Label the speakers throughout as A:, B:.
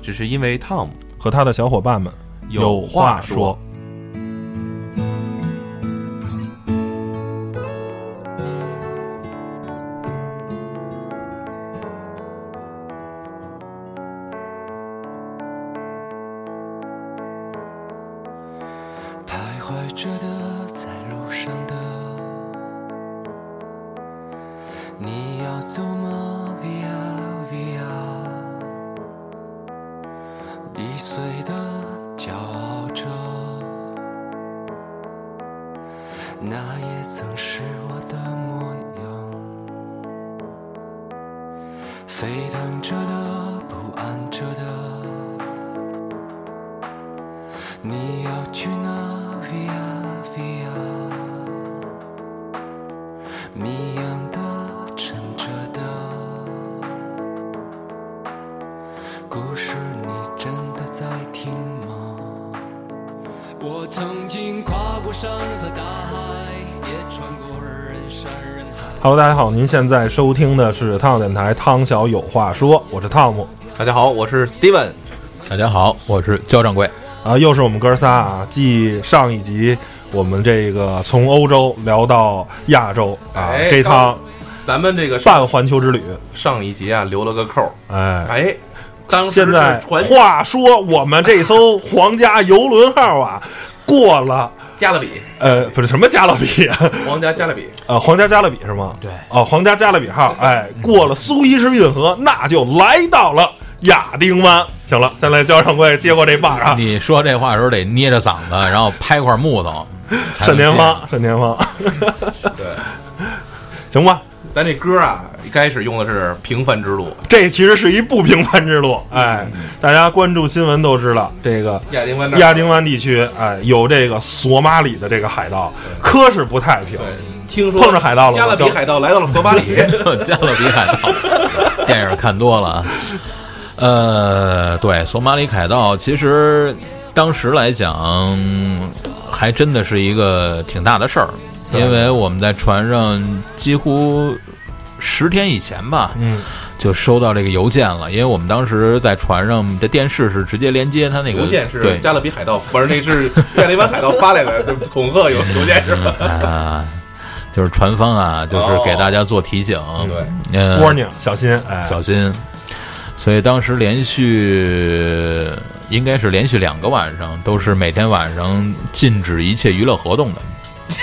A: 只是因为 Tom
B: 和他的小伙伴们有话说。
C: 徘徊着的，在路上的，你要走吗？Via Via，易碎的，骄傲着，那也曾是我的模样。沸腾着的，不安着的。你要去哪？Via 啊 Via，谜样的，沉着的，故事你真的在听吗？我曾经跨过山和大海，也穿过人山人海。
B: Hello，大家好，您现在收听的是汤姆电台《汤小有话说》，我是汤姆
A: 大家好，我是 Steven。
D: 大家好，我是焦掌柜。
B: 啊，又是我们哥仨啊，继上一集我们这个从欧洲聊到亚洲啊，
A: 哎
B: 这趟
A: 咱们这个上
B: 半环球之旅，
A: 上一集啊留了个扣儿，
B: 哎，
A: 哎，当时
B: 现
A: 是
B: 在
A: 传
B: 话说我们这艘皇家游轮号啊，过了
A: 加勒比，
B: 呃，不是什么加勒比啊，
A: 皇家加勒比，
B: 呃，皇家加勒比是吗？
D: 对
B: 哦，皇家加勒比号，哎，
A: 嗯
B: 过了苏伊士运河，那就来到了亚丁湾。行了，现在焦掌柜接过这棒啊，
D: 你说这话的时候得捏着嗓子，然后拍块 木头。才
B: 单
D: 能
B: 田
D: 接
B: 芳，单田芳，
A: 对，
B: 行吧，
A: 咱这歌啊，一开始用的是平凡之路，
B: 这其实是一不平凡之路，
D: 嗯
B: 哎，大家关注新闻都知道，这个
A: 亚丁湾那儿
B: 亚丁湾地区，哎，有这个索马里的这个海盗，科是不太平，
A: 对，听说
B: 碰着海盗了
A: 加勒比
B: 我就
A: 海盗来到了索马里，
D: 加勒比海盗，电影看多了啊。呃，对，索马里海盗其实当时来讲，嗯还真的是一个挺大的事儿，
B: 对
D: 因为我们在船上几乎十天以前吧，
B: 嗯，
D: 就收到这个邮件了。因为我们当时在船上，我们的电视是直接连接它那个
A: 邮件是
D: 对
A: 加勒比海盗，不是那是亚丁湾海盗发来的恐吓邮邮件是吧？
D: 啊， 就是船方啊，就是给大家做提醒，
A: 哦对，
D: 嗯、
B: warning，小心，哎，
D: 小心。所以当时连续应该是连续两个晚上，都是每天晚上禁止一切娱乐活动的。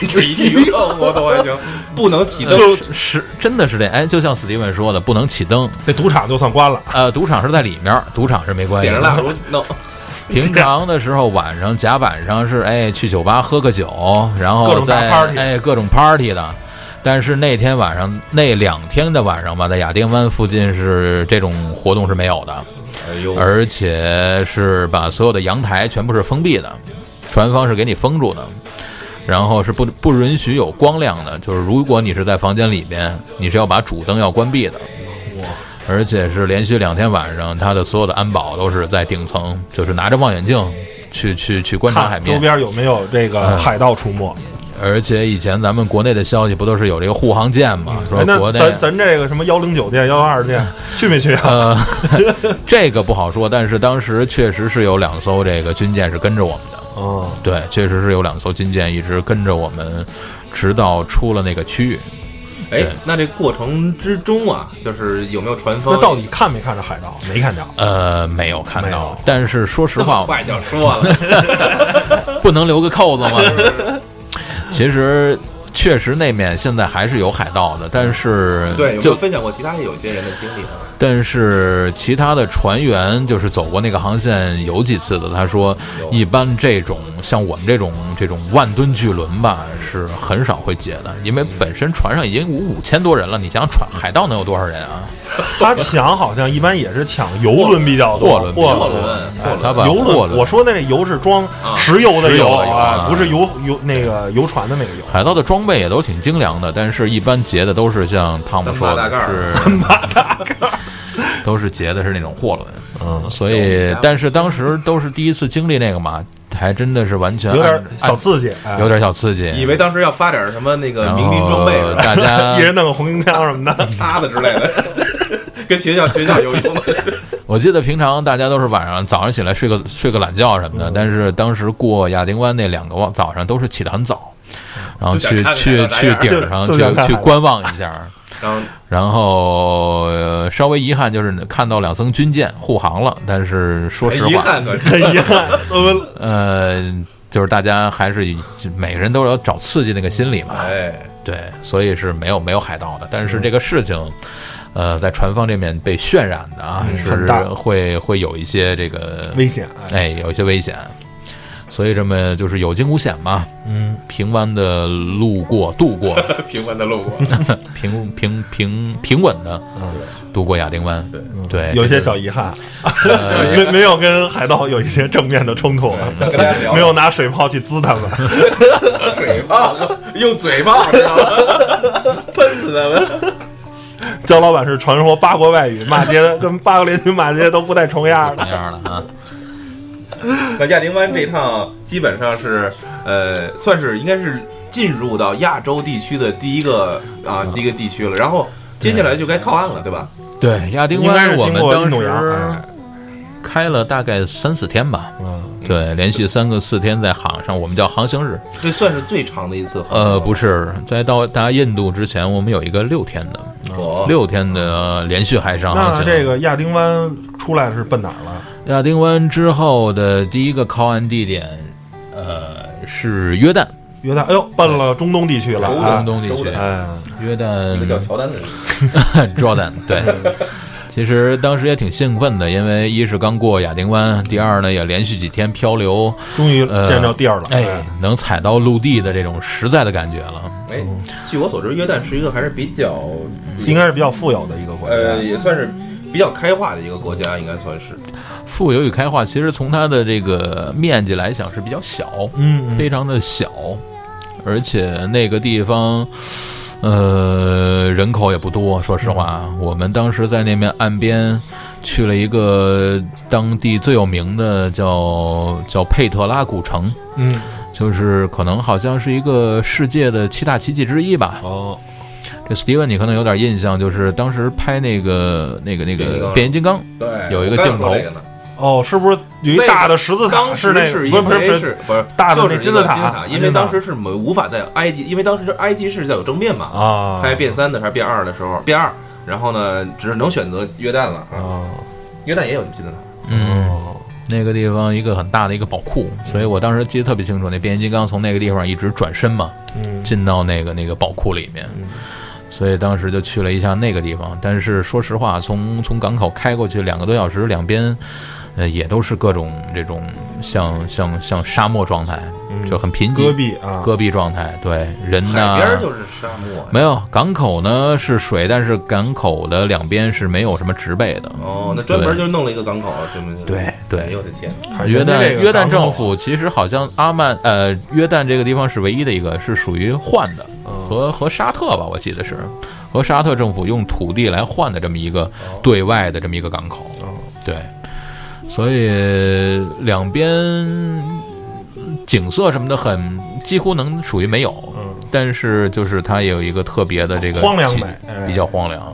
A: 这 一句娱乐活动还行，不能启动。
D: 呃、是真的是这哎，就像史蒂文说的，不能起灯。
B: 这赌场就算关了，
D: 呃，赌场是在里面，赌场是没关系
A: 点
D: 的。
A: 上蜡烛弄，
D: 平常的时候，晚上甲板上是哎去酒吧喝个酒，然
B: 各
D: 后
B: 种大
D: 再
B: party
D: 哎各种 party 的。但是那天晚上那两天的晚上吧，在亚丁湾附近是这种活动是没有的，
A: 哎呦
D: 而且是把所有的阳台全部是封闭的，船方是给你封住的，然后是不不允许有光亮的，就是如果你是在房间里边，你是要把主灯要关闭的。而且是连续两天晚上，他的所有的安保都是在顶层，就是拿着望远镜去去去观察海
B: 看周
D: 面。
B: 边有没有这个
D: 嗯
B: 海盗出没。
D: 而且以前咱们国内的消息不都是有这个护航舰嘛？
B: 哎
D: 说
B: 那
D: 国内
B: 咱咱这个什么幺零九店、幺幺二 店去没去啊？
D: 呃， 这个不好说，但是当时确实是有两艘这个军舰是跟着我们的。
B: 嗯，
D: 对，确实是有两艘军舰一直跟着我们，直到出了那个区域。
A: 哎
D: 对，
A: 那这过程之中啊，就是有没有船方？
B: 那到底看没看着海盗？没看着。
D: 呃，没有看
B: 没
D: 到
B: 有，
D: 但是说实
A: 那
D: 话
A: 么，快 就说了，
D: 不能留个扣子吗？其实确实那面现在还是有海盗的，但是
A: 对，有没有
D: 就
A: 分享过其他有些人的经历啊？
D: 但是其他的船员就是走过那个航线有几次的，他说
A: 有
D: 一般这种像我们这种这种万吨巨轮吧，是很少会解的，
A: 嗯
D: 因为本身船上已经有五千多人了，你想想船海盗能有多少人啊？
B: 他抢好像一般也是抢油轮比较多，
D: 货轮比较
B: 货
D: 多
A: 轮
D: 哎
A: 货轮
D: 他把
B: 油
D: 货
B: 轮，
D: 轮
B: 我说的那油是装
A: 啊
B: 石油的
D: 石油
B: 油
D: 的油
B: 啊
D: 啊，
B: 不是油油那个游船的那个油。
D: 海盗的装备也都挺精良的，但是一般劫的都是像汤姆说
A: 三八大
D: 的
A: 盖儿
D: 是
A: 三
D: 八大盖，都是劫的是那种货轮。
B: 嗯，
D: 所
A: 行
D: 以
A: 吧，
D: 但是当时都是第一次经历那个嘛，还真的是完全
B: 有点
D: 按
B: 小刺激，哎
D: 嗯有点小刺激，
A: 以为当时要发点什么那个
D: 然后
A: 民兵装备是吧？
D: 大 家
B: 一人弄个红缨枪什么 的。
A: 塌的之类的， 跟学校学校有用的。
D: 我记得平常大家都是晚上早上起来睡个睡个懒觉什么的，但是当时过亚丁湾那两个晚早上都是起得很早，然后
A: 就想
D: 去
A: 看看
D: 去
A: 大家
D: 去顶上
B: 就
D: 去
B: 就想看
D: 去
B: 海
D: 观望一下，
A: 然后
D: 然后、呃稍微遗憾就是看到两艘军舰护航了，但是说
A: 很
D: 实
A: 遗
D: 话，
A: 憾，可惜
B: 很遗憾，呃，
D: 呃，就是大家还是以就每个人都有找刺激那个心理嘛，
A: 哎，
D: 对，所以是没有没有海盗的，但是这个事情，呃，在船方这面被渲染的啊，
B: 嗯很
D: 是
B: 大
D: 会会有一些这个
B: 危险。哎
D: 哎有一些危险，所以这么就是有惊无险嘛，
B: 嗯，
D: 平湾的路过度过
A: 平凡的路过，
D: 平平平平稳的度过亚丁湾，对，
B: 嗯
D: 呃
B: 有一些
D: 这个
B: 小遗憾，没没有跟海盗有一些正面的冲突，啊
A: 跟大家聊聊
B: 没有拿水炮去滋他们。
A: 嘴炮，用啊嘴炮，知道吗？喷死他 们！
B: 焦老板是传说八国外语，骂街的跟八国联军骂街都不带重样 的
D: 那。样了啊，
A: 那亚丁湾这趟基本上是，呃，算是应该是进入到亚洲地区的第一个啊第一个地区了，然后。接下来就该靠岸了，对吧？
D: 对，亚丁
B: 应该
D: 湾
B: 是
D: 我
B: 经
D: 们
B: 过
D: 当
B: 印度洋，
D: 时
B: 哎
D: 开了大概三四天吧，
B: 嗯，
D: 对，连续三个四天在航上，我们叫航行日。
A: 这算是最长的一次。
D: 呃，不，是，在到达印度之前，我们有一个六天的
A: 我
D: 六天的连续海上航
B: 哦那
D: 行。
B: 这个亚丁湾出来是奔哪儿了？
D: 亚丁湾之后的第一个靠岸地点，呃，是约旦，
B: 约旦，哎呦，奔了中东地区了。
A: 中
B: 哎
D: 中东地
A: 周
D: 区
A: 的，
B: 哎，
D: 约
A: 一个叫
D: 旦
A: 乔丹的人，
D: Jordan 对。其实当时也挺兴奋的，因为一是刚过亚丁湾，第二呢也连续几天漂流，
B: 终于
D: 呃，
B: 见着地儿了。
D: 哎，能踩到陆地的这种实在的感觉了。
A: 哎，据我所知，约旦是一个还是比较
B: 应该是比较富有的一个国家。
A: 呃，也算是比较开化的一个国家，应该算是。
D: 富有与开化，其实从它的这个面积来讲是比较小，
B: 嗯，嗯
D: 非常的小，而且那个地方，呃，人口也不多。说实话，我们当时在那边岸边去了一个当地最有名的叫叫佩特拉古城，
B: 嗯，
D: 就是可能好像是一个世界的七大奇迹之一吧。
B: 哦，
D: 这 Steven 你可能有点印象，就是当时拍那个那个
A: 变形
D: 那
A: 金
D: 个
A: 刚
D: 变形金刚，
A: 对
D: 有一
A: 我
D: 个
A: 刚
D: 镜头
A: 说这个呢
B: 哦，是不是有一
A: 那个
B: 大的十字塔？
A: 当
B: 是
A: 时
B: 那
A: 是
B: 个？
A: 因
B: 不是不
A: 为
B: 是不
A: 是不是
B: 大的
A: 就
B: 那
A: 是
B: 金
A: 一
B: 字
A: 个
B: 塔
A: 金字塔，因
B: 金
A: 为
B: 字塔
A: 当时是没无法在埃及，因为当时埃及是在有政变嘛，
B: 啊，
A: 拍变三的还是变二的时候，变二，然后呢，只能选择约旦了啊，
B: 啊，
A: 约旦也有金字塔，
D: 嗯。
B: 哦
D: 那个地方一个很大的一个宝库，所以我当时记得特别清楚。那变形金刚从那个地方一直转身嘛，
B: 嗯，
D: 进到那个那个宝库里面，所以当时就去了一下那个地方。但是说实话，从从港口开过去两个多小时，两边呃也都是各种这种像像像沙漠状态，就很贫瘠
B: 戈、壁啊，
D: 嗯戈壁状态。对人
A: 海
D: 呢
A: 边儿就是沙漠呀。
D: 没有港口呢是水，但是港口的两边是没有什么植被的。
A: 哦，那专门就弄了一个港口，啊什么
D: 对对
A: 哎呦我的天，
B: 海
D: 约
B: 神的
D: 旦
B: 这个
D: 约旦
B: 港口
D: 政府其实好像阿曼呃约旦这个地方是唯一的一个是属于换的和和沙特吧，我记得是和沙特政府用土地来换的这么一个对外的这么一个港口，对，所以两边景色什么的很几乎能属于没有，
B: 嗯
D: 但是就是它有一个特别的这个
B: 荒凉
D: 气
B: 美哎
D: 比较荒凉。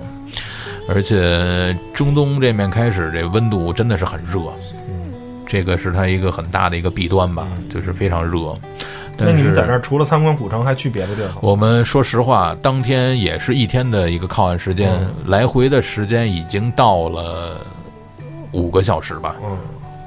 D: 而且中东这面开始，这温度真的是很热，
B: 嗯
D: 这个是它一个很大的一个弊端吧，就是非常热。
B: 那
D: 但
B: 你们在那
D: 是
B: 儿除了参观古城，还去别的地儿吗？
D: 我们说实话，当天也是一天的一个靠岸时间，
B: 嗯
D: 来回的时间已经到了五个小时吧，
B: 嗯，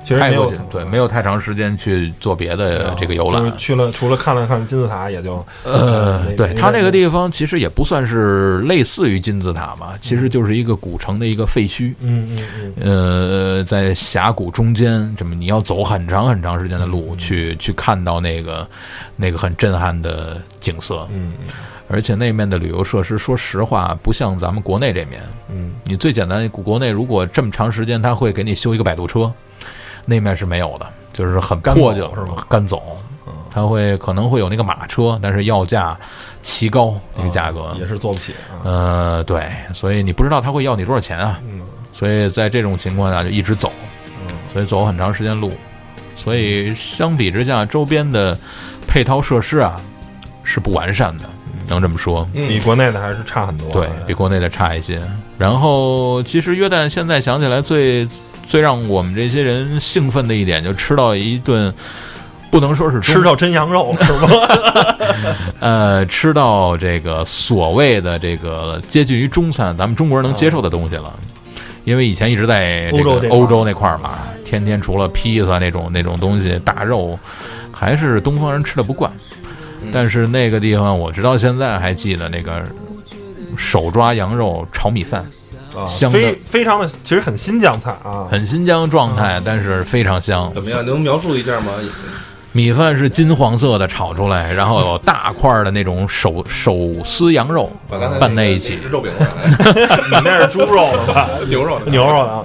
B: 其实
D: 太
B: 没
D: 过
B: 有呃啊
D: 紧对，没有太长时间去做别的这个游览
B: 就是。去了除了看了看金字塔，也就
D: 呃，
B: 没
D: 对，
B: 没
D: 它
B: 感
D: 这个
B: 觉
D: 地方其实也不算是类似于金字塔嘛，其实就是一个古城的一个废墟。
B: 嗯嗯嗯，
D: 呃，在峡谷中间，这么你要走很长很长时间的路去去看到那个那个很震撼的景色。
B: 嗯，
D: 而且那面的旅游设施，说实话，不像咱们国内这面。
B: 嗯，
D: 你最简单，国内如果这么长时间，他会给你修一个摆渡车，那面是没有的，就是很
B: 干
D: 破
B: 走
D: 旧，
B: 是吗？
D: 干走。他会可能会有那个马车，但是要价奇高，那个价格、
B: 也是做不起啊。
D: 呃，对，所以你不知道他会要你多少钱啊。
B: 嗯
D: 所以在这种情况下就一直走，所以走很长时间路。所以相比之下，周边的配套设施啊是不完善的，能这么说。
A: 嗯
B: 比国内的还是差很多。
D: 对比国内的差一些。然后，其实约旦现在想起来最最让我们这些人兴奋的一点，就吃到一顿不能说是中
B: 吃到真羊肉了是吧？
D: 呃，吃到这个所谓的这个接近于中餐，咱们中国人能接受的东西了。因为以前一直在这
B: 欧洲
D: 个
B: 这块儿
D: 欧洲那块儿嘛，天天除了披萨那种那种东西，大肉还是东方人吃的不惯。
B: 嗯
D: 但是那个地方，我直到现在还记得那个手抓羊肉炒米饭，
B: 啊
D: 香的
B: 非非常的，其实很新疆菜啊。
D: 很新疆状
A: 嗯
D: 态，但是非常香。
A: 怎么样？能描述一下吗？
D: 米饭是金黄色的炒出来，然后有大块儿的那种手手撕羊肉
A: 把刚才
D: 拌在
A: 那个
D: 一起
A: 那，只肉饼过来，
B: 你那是猪肉的吧？
A: 牛肉的
B: 牛肉的啊，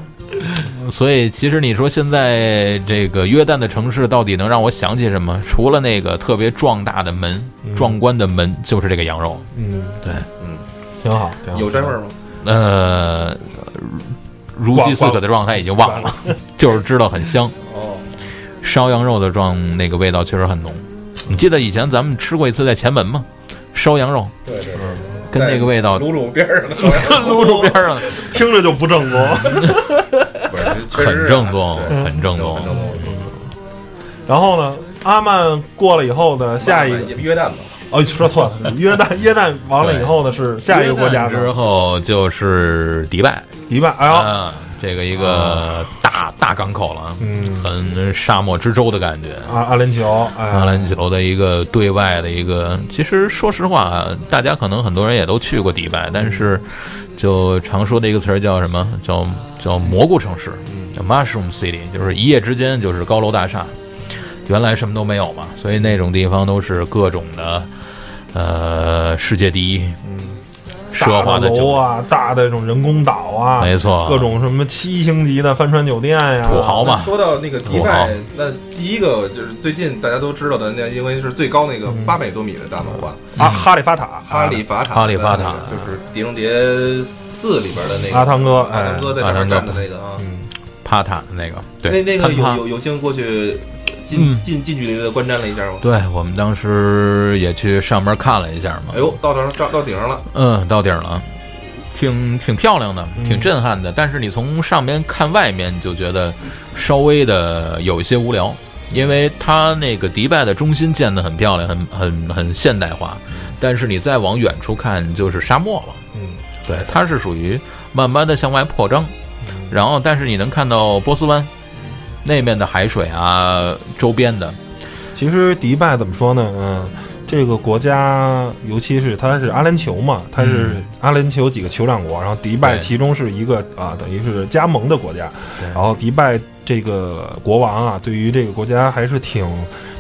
D: 所以其实你说现在这个约旦的城市到底能让我想起什么？除了那个特别壮大的门、
A: 嗯
D: 壮观的门，就是这个羊肉。
B: 嗯，
D: 对，
B: 挺好，挺好
A: 有沾 味儿吗？
D: 呃，如饥似渴的状态已经忘了，就是知道很香。
A: 哦，
D: 烧羊肉的状那个味道确实很浓。你记得以前咱们吃过一次在前门吗？烧羊肉
A: 对对对，
D: 跟那个味道
A: 卤卤边儿呢，
D: 撸住边儿上，
B: 听着就不正 宗。
A: 不是确实
D: 很
A: 是
D: 正宗，
A: 对
D: 很正宗
A: 很。正宗。
B: 然后呢，阿曼过了以后呢，下一个
A: 约旦吧，
B: 哦，说错了，约 旦约旦完了以后呢是下一个国家
D: 之
B: 是
D: 后就是迪拜。
B: 迪拜，哎呦，
D: 啊，这个一个大大港口了啊，
B: 嗯，
D: 很沙漠之洲的感觉。
B: 阿阿联酋，哎，
D: 阿联酋的一个对外的一个，其实说实话，啊大家可能很多人也都去过迪拜，但是
A: 嗯
D: 就常说的一个词儿叫什么？叫叫蘑菇城市，
A: 嗯
D: 叫 Mushroom City，就是一夜之间就是高楼大厦，原来什么都没有嘛，所以那种地方都是各种的，呃，世界第一，
A: 嗯
D: 奢
B: 大
D: 华
B: 的
D: 的
B: 楼
D: 酒
B: 啊，大的这种人工岛啊，
D: 没错
B: 各种什么七星级的帆船酒店呀，
D: 土豪嘛，
A: 说到那个迪
D: 土豪
A: 拜，那第一个就是最近大家都知道的，那因为是最高那个
B: 嗯
A: 八百多米的大楼吧，
B: 啊，
D: 嗯
B: 哈利法塔，
A: 嗯哈利法塔，
D: 哈利法塔
A: 就是《碟中谍四》里边的那个
B: 阿汤哥
A: 阿汤哥在那边站的那个啊，
B: 嗯
D: 帕塔的那个，
A: 那
D: 对，
A: 那
D: 攀
A: 个
D: 爬
A: 有有有幸过去近
D: 嗯
A: 近近距离的观瞻了一下吗？
D: 对我们当时也去上面看了一下嘛
A: 哎，呦，到头到到顶上了，
D: 嗯，到顶儿了，挺挺漂亮的，挺震撼的。但是你从上面看外面，你就觉得稍微的有一些无聊，因为它那个迪拜的中心建得很漂亮，很很很现代化，但是你再往远处看就是沙漠了。
B: 嗯，
D: 对，它是属于慢慢的向外扩张，
B: 嗯
D: 然后但是你能看到波斯湾那面的海水啊，周边的，
B: 其实迪拜怎么说呢？嗯，这个国家，尤其是它是阿联酋嘛，它是阿联酋几个酋长国，然后迪拜
D: 对
B: 其中是一个啊，等于是加盟的国家。
D: 对
B: 然后迪拜这个国王啊，对于这个国家还是挺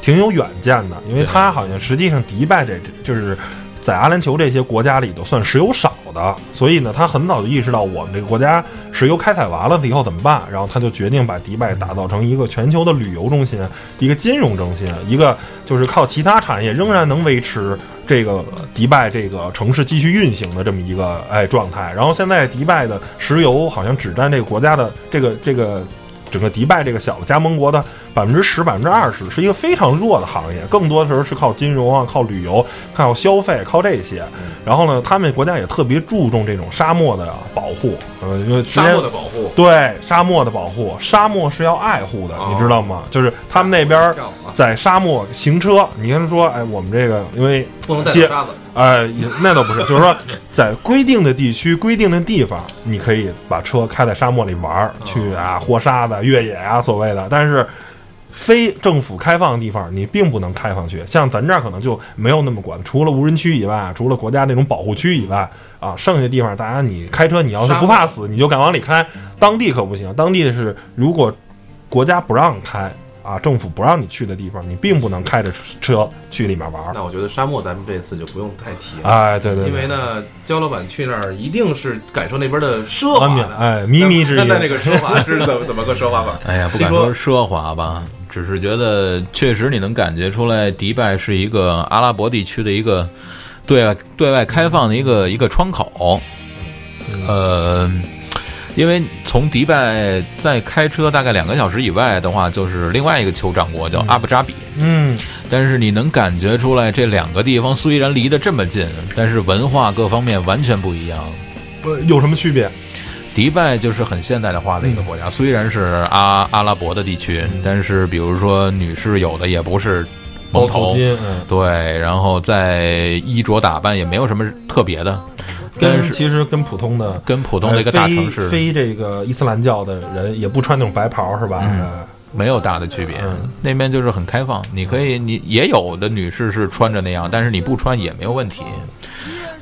B: 挺有远见的，因为
D: 对
B: 他好像实际上迪拜这就是。在阿联酋这些国家里头算石油少的，所以呢，他很早就意识到我们这个国家石油开采完了以后怎么办，然后他就决定把迪拜打造成一个全球的旅游中心，一个金融中心，一个就是靠其他产业仍然能维持这个呃迪拜这个城市继续运行的这么一个哎状态。然后现在迪拜的石油好像只占这个国家的这个这个整个迪拜这个小的加盟国的百分之十、百分之二十，是一个非常弱的行业，更多的时候是靠金融啊、靠旅游、靠消费、靠这些。
A: 嗯
B: 然后呢，他们国家也特别注重这种沙漠的保护，呃，因为之前
A: 沙漠的保护，
B: 对沙漠的保护，沙漠是要爱护的，
A: 哦
B: 你知道吗？就是他们那边儿
A: 沙漠啊
B: 在沙漠行车，你跟他说，哎，我们这个因为
A: 不能带
B: 街
A: 走沙子。
B: 呃，也那倒不是，就是说，在规定的地区、规定的地方，你可以把车开在沙漠里玩儿，去啊，豁沙子、越野啊，所谓的。但是，非政府开放的地方，你并不能开放去。像咱这儿可能就没有那么管，除了无人区以外，除了国家那种保护区以外，啊，剩下的地方，大家你开车，你要是
A: 沙漠
B: 不怕死，你就敢往里开。
A: 嗯
B: 当地可不行，当地是如果国家不让开啊，政府不让你去的地方，你并不能开着车去里面玩儿。
A: 那我觉得沙漠咱们这次就不用太提了，
B: 哎，对对对，
A: 啊因为呢，焦老板去那儿一定是感受那边的奢
B: 安
A: 华
B: 眠
A: 的，
B: 哎，靡靡之
A: 那
B: 音。
A: 那那个奢华是怎么怎么个奢华法？
D: 哎呀，不
A: 心
D: 敢
A: 说
D: 说奢华吧，只是觉得确实你能感觉出来，迪拜是一个阿拉伯地区的一个对外对外开放的一个一个窗口。呃，因为从迪拜再开车大概两个小时以外的话，就是另外一个酋长国叫阿布扎比。
B: 嗯，
D: 但是你能感觉出来，这两个地方虽然离得这么近，但是文化各方面完全不一样。
B: 呃有什么区别？
D: 迪拜就是很现代化的一个国家，虽然是阿阿拉伯的地区，但是比如说女士有的也不是
B: 嗯包
D: 蒙
B: 头
D: 头，
B: 巾，嗯，
D: 对，然后在衣着打扮也没有什么特别的，但
B: 跟
D: 是
B: 其实跟普通的
D: 跟普通的一个大城
B: 呃
D: 市
B: 非非这个伊斯兰教的人也不穿那种白袍是吧？呃
D: 没有大的区别
B: 嗯。
D: 那边就是很开放，你可以，你也有的女士是穿着那样，但是你不穿也没有问题。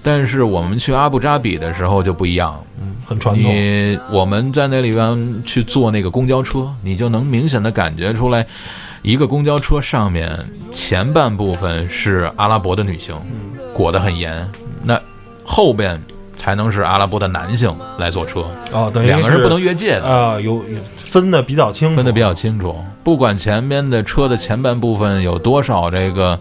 D: 但是我们去阿布扎比的时候就不一样，
B: 很传统。
D: 你我们在那里边去坐那个公交车，你就能明显的感觉出来，一个公交车上面前半部分是阿拉伯的女性，
B: 嗯
D: 裹得很严，那后边才能是阿拉伯的男性来坐车，
B: 哦，等于
D: 两个
B: 是
D: 人不能越界的，
B: 啊，有有分的比较清楚，
D: 分得比较清楚。不管前面的车的前半部分有多少这个。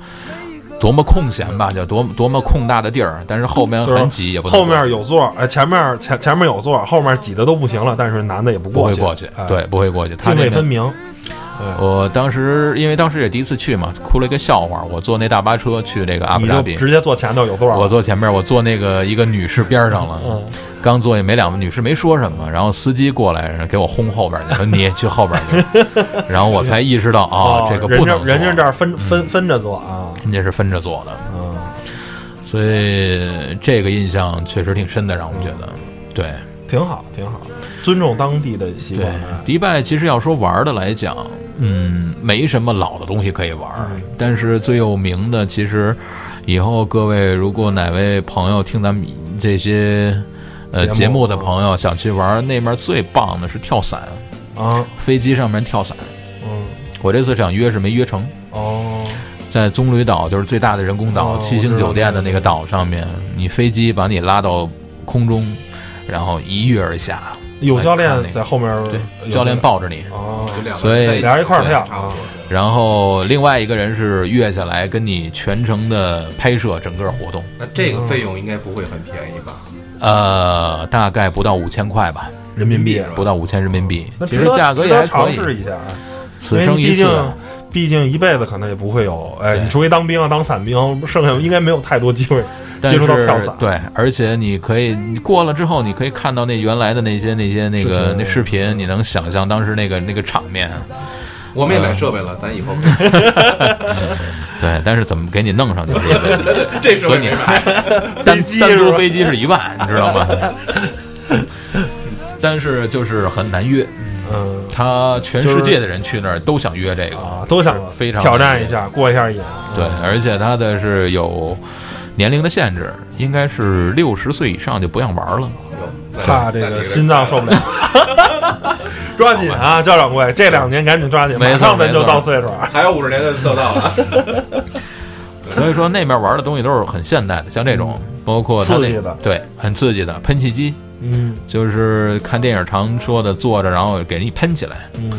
D: 多么空闲吧，叫多多么空大的地儿，但是后面
B: 就是
D: 很挤，也不能
B: 后
D: 过
B: 面有座，哎，前面前前面有座，后面挤的都不行了，但是男的也不
D: 不
B: 过
D: 会
B: 去，
D: 过去，
B: 哎，
D: 对，不会过去。他
B: 泾
D: 那
B: 渭
D: 边
B: 分明。
D: 我当时因为当时也第一次去嘛，哭了一个笑话。我坐那大巴车去这个阿布
B: 你
D: 扎
B: 就
D: 比，
B: 直接坐前头有座了，
D: 我坐前面，我坐那个一个女士边上了。
B: 嗯
D: 刚坐也没两步，女士没说什么，然后司机过来给我轰后边去，说你也去后边去。 然后我才意识到啊、
B: 哦
D: 这个
B: 人
D: 不
B: 家
D: 能嗯
B: 人家这
D: 儿
B: 儿分分分着坐啊，
D: 人家是分着坐的，
B: 嗯。
D: 所以这个印象确实挺深的，让我们觉得对。
B: 挺好，挺好，尊重当地的习
D: 对嗯
B: 惯。哎，
D: 迪拜其实要说玩儿的来讲，嗯，没什么老的东西可以玩儿，但是最有名的，其实以后各位如果哪位朋友听咱们这些呃
B: 节目
D: 节目的朋友想去玩儿，那面最棒的是跳伞，
B: 啊，
D: 飞机上面跳伞。
B: 嗯，
D: 我这次想约是没约成，
B: 哦，
D: 在棕榈岛就是最大的人工岛，
B: 哦
D: 七
B: 我
D: 星
B: 知道
D: 酒店的那个岛上面，你飞机把你拉到空中，然后一跃而下，
B: 有教
D: 看那
B: 练
D: 个
B: 在后面，
D: 对，教练抱着你。
B: 哦，
A: 就两个
D: 所以
A: 人在起
B: 俩人一块儿啊跳
A: 差不多对
D: 然后另外一个人是跃下来跟你全程的拍摄整个活动，
A: 那这个费用应该不会很便宜吧？
D: 呃，大概不到五千块吧，
B: 人民币啊
D: 不到五千人民币
B: 那，
D: 其
B: 值
D: 实
B: 得
D: 价格
B: 值
D: 也
B: 得
D: 还可
B: 尝
D: 以，
B: 试一下，啊因
D: 此
B: 为
D: 生
B: 你
D: 一
B: 毕
D: 次
B: 竟。毕竟一辈子可能也不会有，哎，
D: 对
B: 你除非当兵啊，当伞兵，剩下应该没有太多机会
D: 但
B: 接
D: 是
B: 触到跳伞。
D: 对，而且你可以你过了之后，你可以看到那原来的那些那些那个
B: 视频
D: 那视频，你能想象当时那个那个场面。
A: 我们也
B: 嗯
A: 买设备了，咱以 后可以
D: 对，但是怎么给你弄上去？
A: 这设
D: 所
A: 备
D: 以你
A: 没买。
D: 还单
B: 飞机
D: 单
B: 是
D: 独
B: 吧
D: 飞机是一万，你知道吗？ 但是就是很难约，
B: 嗯
D: 他全世界的人去那儿都想约这个，
B: 啊，都想
D: 非常
B: 挑战一下，过一下瘾。嗯
D: 对，而且他的是有年龄的限制，应该是六十岁以上就不让玩了。
B: 嗯怕这个心脏受不
A: 了。
B: 了。 抓紧啊，焦掌柜，这两年赶紧抓紧，马
D: 没错
B: 上咱
D: 没
B: 就
D: 错
B: 到岁数啊。
A: 还有五十年就得到了，
D: 所以说那面玩的东西都是很现代的，像这种，包括他
B: 嗯
D: 那
B: 刺激的
D: 对，很刺激的喷气机，
B: 嗯
D: 就是看电影常说的坐着，然后给人一喷起来，
B: 嗯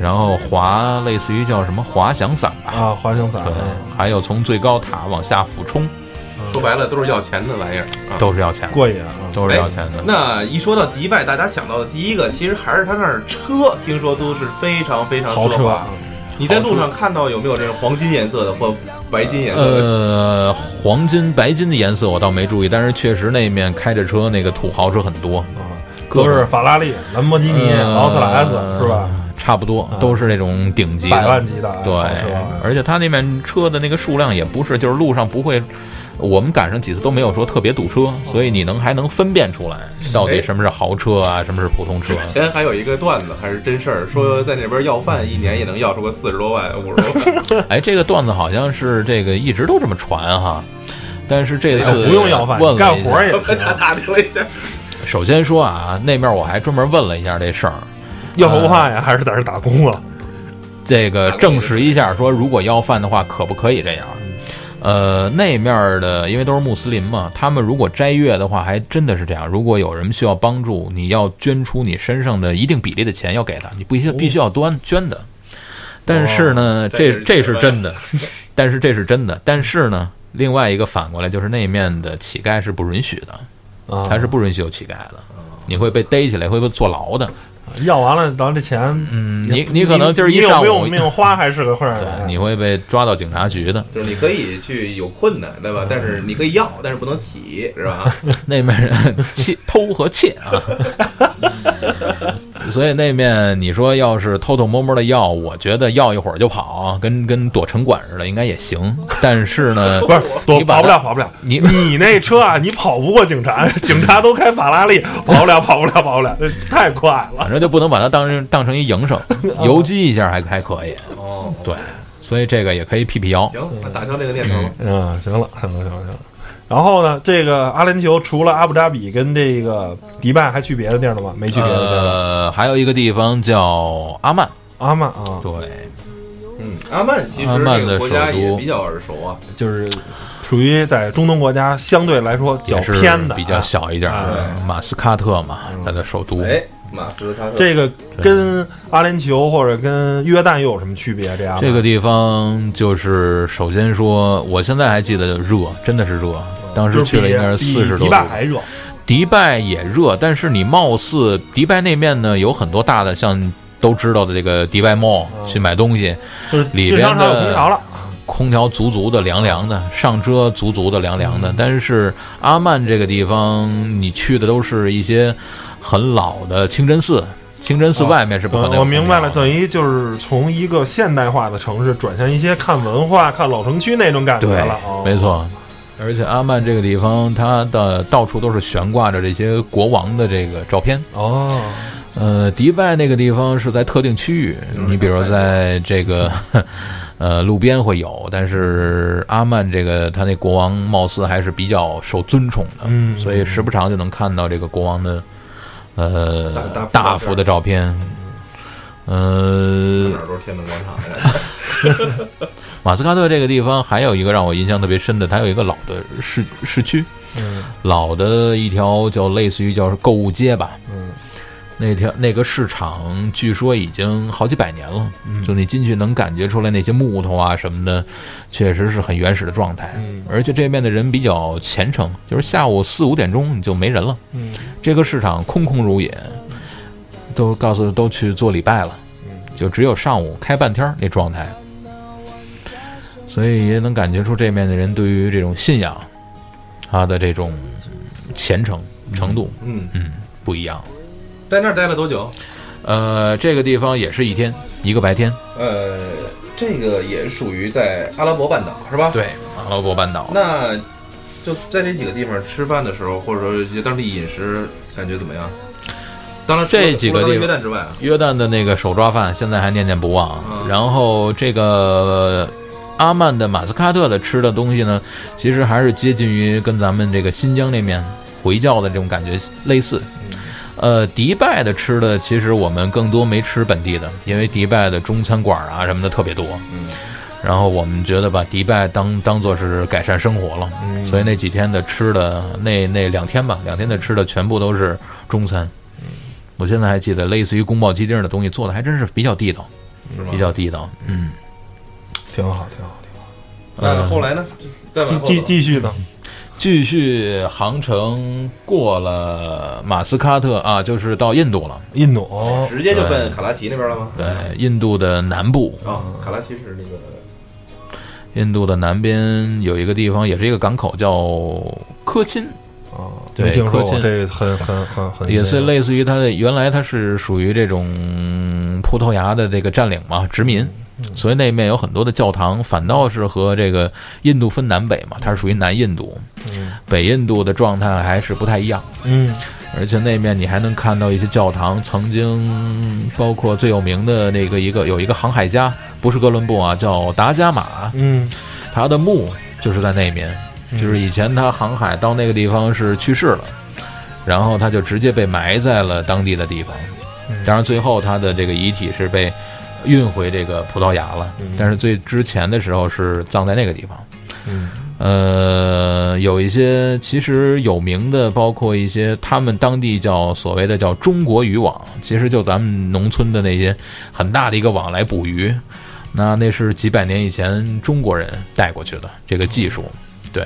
D: 然后滑，类似于叫什么滑翔伞吧。
B: 啊，滑翔伞
D: 对，还有从最高塔往下俯冲，
B: 嗯
A: 说白了都是要钱的玩意儿啊。
D: 都是要钱的，
B: 过瘾啊。
D: 都是要钱的。
A: 那一说到迪拜，大家想到的第一个，其实还是他那儿车，听说都是非常非常
B: 豪
A: 奢
B: 车啊
A: 华，，你在路上看到有没有这种黄金颜色的或白金颜色的？
D: 呃，黄金、白金的颜色我倒没注意，但是确实那面开着车那个土豪车很多，
B: 嗯啊都是法拉利、兰博基尼、
D: 呃
B: 劳斯莱斯，是吧？？嗯
D: 差不多都是那种顶级的
B: 百万级的
D: 嗯对
B: 豪车，啊
D: 而且他那面车的那个数量也不是，就是路上不会，我们赶上几次都没有说特别堵
B: 哦
D: 车，所以你能还能分辨出来到底什么是豪车啊，什么是普 通车。
A: 之前还有一个段子，还是真事儿，说在那边要饭一年也能要出个四十多万、五十多万。
D: 哎，这个段子好像是这个一直都这么传哈。但是这
B: 哎
D: 次
B: 不用要饭，
D: 问
B: 你
D: 了
B: 干
D: 一下嗯
B: 活也
A: 他
B: 行。
A: 打打听了一下，
D: 首先说啊，那面我还专门问了一下这事儿，
B: 要不饭呀，还是在这儿打工啊？
D: 这个证实一下，说如果要饭的话，可不可以这样？呃，那面儿的，因为都是穆斯林嘛，他们如果斋月的话，还真的是这样。如果有人需要帮助，你要捐出你身上的一定比例的钱，要给他，你必须必须要端捐的。但是呢，
A: 这
D: 哦这
A: 是
D: 这是
A: 什么呀
D: 真的，但是这是真的。 但是呢，另外一个反过来就是那面的乞丐是不允许的，
B: 啊，
D: 他是不允许有乞丐的，你会被逮起来，会被坐牢的。
B: 要完了，然后这钱，
D: 嗯，你你可能今儿一
B: 你有
D: 上
B: 没
D: 午
B: 有，命花还是个事儿。啊
D: 对，你会被抓到警察局的。
A: 就是你可以去有困难，对吧？但是你可以要，但是不能起，是 吧？
D: 那面人窃偷和窃啊， 所以那面你说要是偷偷摸摸的要，我觉得要一会儿就跑，跟跟躲城管似的，应该也行。但是 呢，
B: 不是，躲
D: 你把
B: 跑不
D: 它
B: 了，跑不了。
D: 你
B: 你那车啊，你跑不过警察， 警察都开法拉利，跑不了，跑不了，跑不了，这太快了。
D: 反正就不能把它当成当成一 营生，游击一下还还可以。
A: 哦，
D: 对，所以这个也可以辟辟谣。
A: 行，那打消这个念头吧。
B: 嗯，行了，行了，行了，行了。然后呢，这个阿联酋除了阿布扎比跟这个迪拜，还去别的地儿了吗？没去别的地儿了。
D: 呃，还有一个地方叫阿曼，
B: 阿曼啊，
D: 对，
A: 嗯，阿曼其实
D: 阿曼
A: 这
D: 的
A: 个国
D: 首都
A: 家也比较耳熟啊，
B: 就是属于在中东国家相对来说较
D: 也是
B: 偏的，啊
D: 比较。小一点儿
B: 哎，
D: 马斯喀特嘛，
B: 嗯
D: 它的首都。
A: 哎，马斯卡特，
B: 这个跟阿联酋或者跟约旦又有什么区别？这样
D: 这个地方就是，首先说，我现在还记得热，真的是热。当时去了应该是四十
B: 迪
D: 多度
B: 拜，还热。
D: 迪拜也热，但是你貌似迪拜那面呢有很多大的，像都知道的这个迪拜 mall
B: 嗯
D: 去买东西，
B: 就是
D: 里
B: 进
D: 边
B: 商场有
D: 的
B: 空调了，
D: 空调足足的凉凉
B: 嗯
D: 的，上遮足足的凉凉的。但是阿曼这个地方，你去的都是一些很老的清真寺，清真寺
B: 哦
D: 外面是不可能
B: 嗯
D: 有
B: 我
D: 空调的、
B: 明白了，等于就是从一个现代化的城市转向一些看文化、看老城区那种感觉
D: 对
B: 了。哦
D: 没，错。而且阿曼这个地方，它的到处都是悬挂着这些国王的这个照片。
B: 哦，
D: 呃，迪拜那个地方是在特定区域，你比如说在这个 呃路边会有，但是阿曼这个他那国王貌似还是比较受尊崇的，
B: 嗯
D: 所以时不常就能看到这个国王的呃
A: 大大幅照片
D: 大幅的照片。呃
A: 哪，儿都是天安门广场 呀。
D: 马斯喀特这个地方还有一个让我印象特别深的，它有一个老的市市区，
B: 嗯
D: 老的一条叫类似于叫是购物街吧，
B: 嗯
D: 那条那个市场据说已经好几百年了，
B: 嗯
D: 就你进去能感觉出来那些木头啊什么的，确实是很原始的状态。
B: 嗯
D: 而且这面的人比较虔诚，就是下午四五点钟你就没人了，
B: 嗯，
D: 这个市场空空如也，都告诉都去做礼拜了
B: 嗯，
D: 就只有上午开半天儿那状态，所以也能感觉出这面的人对于这种信仰，他的这种虔诚程度，
A: 嗯，
D: 嗯，不一样。
A: 在那儿待了多久？
D: 呃，这个地方也是一天，一个白天，
A: 呃，这个也属于在阿拉伯半岛是吧？。
D: 对，阿拉伯半岛。
A: 那就在这几个地方吃饭的时候，或者说当地饮食感觉怎么样？当然除了，
D: 这几个
A: 除了
D: 地方
A: 约旦之外啊，
D: 约旦的那个手抓饭现在还念念不忘，
A: 嗯
D: 然后这个阿曼的马斯喀特的吃的东西呢，其实还是接近于跟咱们这个新疆那面回教的这种感觉类似。
A: 嗯
D: 呃，迪拜的吃的其实我们更多没吃本地的，因为迪拜的中餐馆啊什么的特别多。
A: 嗯，
D: 然后我们觉得把迪拜当当做是改善生活了，
B: 嗯
D: 所以那几天的吃的那那两天吧，两天的吃的全部都是中餐。我现在还记得，类似于宫保鸡丁的东西做的还真是比较地道，
A: 是吗？
D: 比较地道。嗯，
B: 挺好，挺好。
A: 那
D: 呃
A: 后来呢？再往
B: 继
A: 后
B: 继
A: 走
B: 继续呢？
D: 继续航程过了马斯喀特啊，就是到印度了。
B: 印度哦，
A: 直接就奔卡拉奇那边了吗？
D: 对，印度的南部，
A: 啊，卡拉奇是那个
D: 印度的南边有一个地方，也是一个港口，叫科钦，
B: 啊，
D: 对
B: 没听说
D: 科
B: 过，
D: 钦
B: 这很很很很
D: 也是类似于它的原来它是属于这种葡萄牙的这个占领嘛，殖民，所以那面有很多的教堂，反倒是和这个印度分南北嘛，它是属于南印度，
B: 嗯
D: 北印度的状态还是不太一样。
B: 嗯
D: 而且那面你还能看到一些教堂，曾经包括最有名的那个一个有一个航海家，不是哥伦布啊，叫达伽马，
B: 嗯
D: 他的墓就是在那面，就是以前他航海到那个地方是去世了，然后他就直接被埋在了当地的地方，当然最后他的这个遗体是被运回这个葡萄牙了，但是最之前的时候是葬在那个地方。
B: 嗯
D: 呃，有一些其实有名的，包括一些他们当地叫所谓的叫中国渔网，其实就咱们农村的那些很大的一个网来捕鱼，那那是几百年以前中国人带过去的这个技术，对，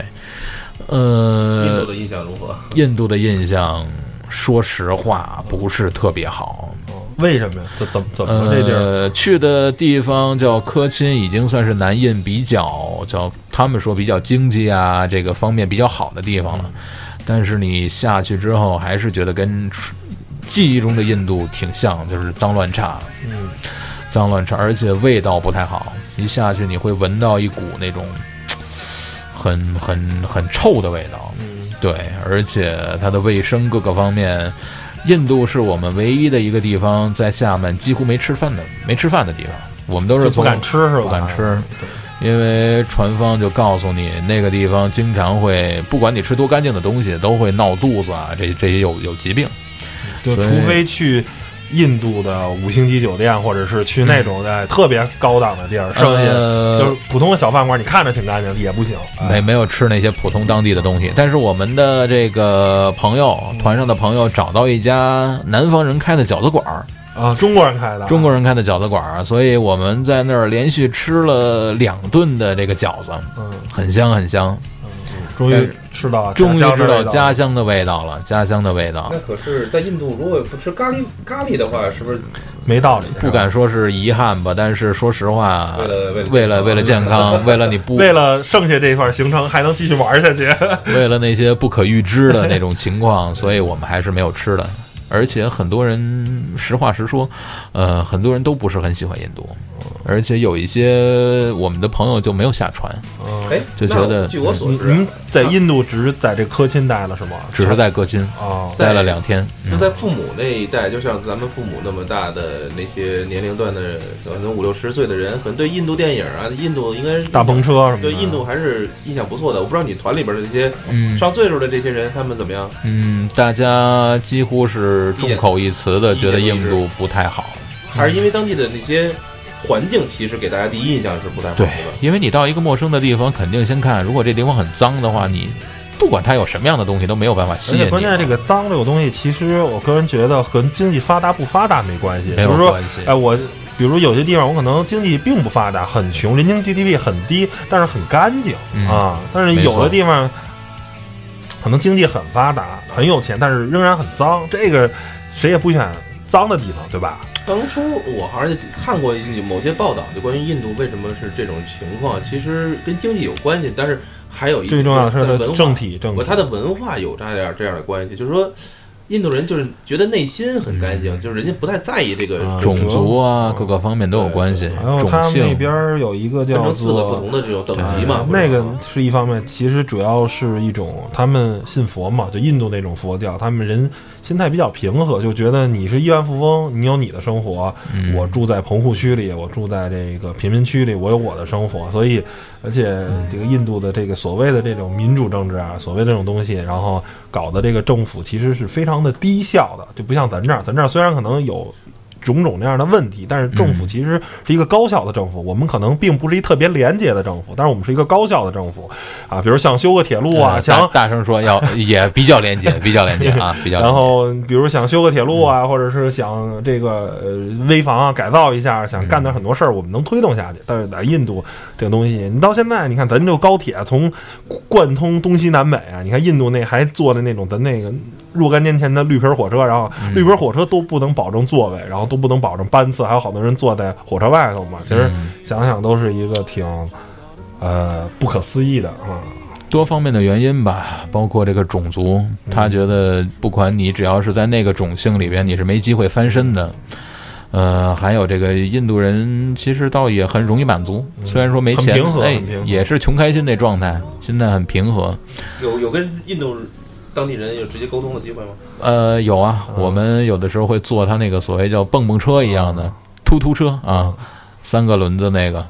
A: 印
D: 呃
A: 度，的印象如何？
D: 印度的印象，说实话不是特别好，
B: 为什么呀？怎怎么怎么了这地儿？
D: 呃，去的地方叫科钦，已经算是南印比较叫他们说比较经济啊这个方面比较好的地方了。但是你下去之后，还是觉得跟记忆中的印度挺像，就是脏乱差，
B: 嗯
D: 脏乱差，而且味道不太好。一下去你会闻到一股那种很很很臭的味道。
B: 嗯
D: 对，而且它的卫生各个方面，印度是我们唯一的一个地方在厦门几乎没吃饭的没吃饭的地方，我们都是
B: 就不
D: 从
B: 敢吃是吧？
D: 不敢吃，因为船方就告诉你那个地方经常会，不管你吃多干净的东西，都会闹肚子啊，这这些有有疾病。
B: 就
D: 所以
B: 除非去印度的五星级酒店，或者是去那种在特别高档的地儿，剩下
D: 嗯呃
B: 就是普通的小饭馆，你看着挺干净也不行。哎
D: 没没有吃那些普通当地的东西，但是我们的这个朋友团上的朋友找到一家南方人开的饺子馆儿，
B: 啊，中国人开的，
D: 中国人开的饺子馆儿，所以我们在那儿连续吃了两顿的这个饺子，
B: 嗯，
D: 很香很香，
B: 终于吃到
D: 终于
B: 家乡
D: 知
B: 的
D: 道
B: 味道
D: 家乡的味道了，家乡的味道
A: 那，可是，在印度如果不吃咖喱咖喱的话，是不是
B: 没道理，
D: 不敢说是遗憾吧，但是说实话，
A: 为了为了
D: 为了为了健 康，为了你不
B: 为了剩下这段行程还能继续玩 下去。
D: 为了那些不可预知的那种情况，所以我们还是没有吃的。而且很多人，实话实说，呃，很多人都不是很喜欢印度，而且有一些我们的朋友就没有下船，
A: 哎，
D: 就觉得
A: 那据我所
B: 嗯你
A: 知啊
B: 们，在印度只是在这科钦待了是吗？
D: 只是在各金
B: 啊，
D: 待了两天，
A: 就
D: 嗯
A: 在父母那一代，就像咱们父母那么大的那些年龄段的，可能五六十岁的人，可能对印度电影啊，印度应该是
B: 大篷车什么的。
A: 对印度还是印象不错的。我不知道你团里边的这些
D: 嗯
A: 上岁数的这些人，他们怎么样？
D: 嗯，大家几乎是众口一词的觉得印度不太好。
A: 还是因为当地的那些环境，其实给大家第一印象是不太好的
D: 对
A: 吧？，
D: 因为你到一个陌生的地方，肯定先看，如果这地方很脏的话，你不管它有什么样的东西都没有办法
B: 而
D: 吸引
B: 且
D: 你。
B: 关键这个脏这个东西，其实我个人觉得和经济发达不发达没关系，
D: 没有
B: 就是说
D: 关系，
B: 哎，我比如有些地方我可能经济并不发达，很穷，人均 GDP 很低，但是很干净、
D: 嗯
B: 啊。但是
D: 没错
B: 有的地方可能经济很发达，很有钱，但是仍然很脏，这个谁也不选脏的地方，对吧？
A: 当初我好像看过某些报道，就关于印度为什么是这种情况，其实跟经济有关系，但是还有一
B: 最重要的是它
A: 文
B: 的
A: 化
B: 政体，政
A: 我
B: 体
A: 他的文化有这样这样的关系，就是说，印度人就是觉得内心很干净，就是人家不太在意这个
B: 啊
D: 种族啊，各个方面都有关系。
B: 还有他
D: 种
B: 们那边
D: 姓，
B: 儿有一个
A: 分
B: 叫
A: 成四个不
B: 做
A: 同的这种等级嘛。或者
B: 啊呃那个是一方面，其实主要是一种他们信佛嘛，就印度那种佛教，他们人心态比较平和，就觉得你是亿万富翁，你有你的生活，
D: 嗯
B: 我住在棚户区里，我住在这个贫民区里，我有我的生活，所以，而且这个印度的这个所谓的这种民主政治啊，所谓这种东西，然后搞的这个政府其实是非常的低效的，就不像咱这儿，咱这儿虽然可能有。种种那样的问题。但是政
D: 嗯
B: 府其实是一个高效的政府，我们可能并不是一特别廉洁的政府，但是我们是一个高效的政府啊，比如想修个铁路啊，
D: 呃
B: 想
D: 大大声说要也比较廉洁，比较廉洁啊，比 较廉洁。
B: 然后比如想修个铁路啊，或者是想这个呃危房啊改造一下，想干点很多事儿，我们能推动下去。但是在印度这个东西，你到现在你看，咱就高铁从贯通东西南北啊，你看印度那还坐的那种咱那个若干年前的绿皮儿火车，然后绿皮儿火车都不能保证座位，然后都不能保证班次，还有好多人坐在火车外头嘛。其实
D: 嗯
B: 想想都是一个挺呃不可思议的啊。
D: 多方面的原因吧，包括这个种族，他觉得不管你只要是在那个种姓里边，你是没机会翻身的。呃，还有这个印度人其实倒也很容易满足，虽然说没
B: 很
D: 钱
B: 平，和
D: 哎
B: 很平，和
D: 也是穷开心那状态，现在很平和。
A: 有有跟印度当地人有直接沟通的机会吗？
D: 呃，有啊，
B: 嗯
D: 我们有的时候会坐他那个所谓叫蹦蹦车一样
B: 嗯
D: 的突突车啊，三个轮子那个，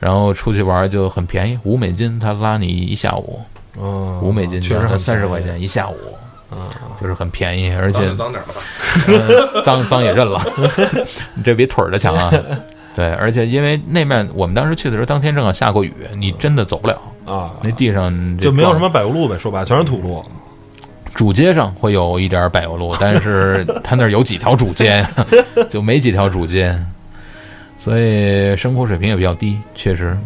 D: 然后出去玩就很便宜，五美金他拉你一下午，
B: 嗯，
D: 五美金
B: 确实很
D: 三十块
B: 便宜嗯
D: 钱一下午，就是很便宜，而且
A: 脏脏点儿吧。
D: 呃脏脏也认 了，你这比腿儿的强啊。对，而且因为那面我们当时去的时候，当天正好下过雨，你真的走不了，
B: 啊。
D: 那地上这
B: 就没有
D: 撞
B: 什么柏油路呗，说白了全是土路。
D: 主街上会有一点柏油路，但是他那儿有几条主街， 就没几条主街，所以生活水平也比较低，确实。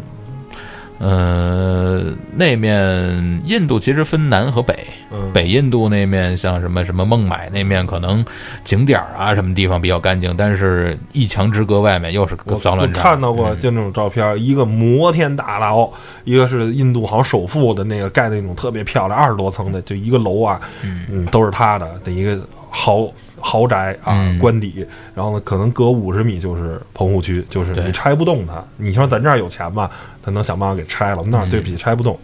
D: 呃，那面印度其实分南和北，
B: 嗯，
D: 北印度那面像什么什么孟买那面，可能景点儿啊什么地方比较干净，但是一墙之隔外面又是个
B: 我
D: 脏乱
B: 我
D: 差。嗯
B: 看到过就那种照片，一个摩天大楼，一个是印度好像首富的那个盖那种特别漂亮二十多层的，就一个楼啊，嗯，都是他的的一个豪豪宅啊
D: 嗯，
B: 官邸。然后呢，可能隔五十米就是棚户区，就是
D: 对
B: 你拆不动它。你说咱这儿有钱吧，他能想办法给拆了，那儿对不起拆不动，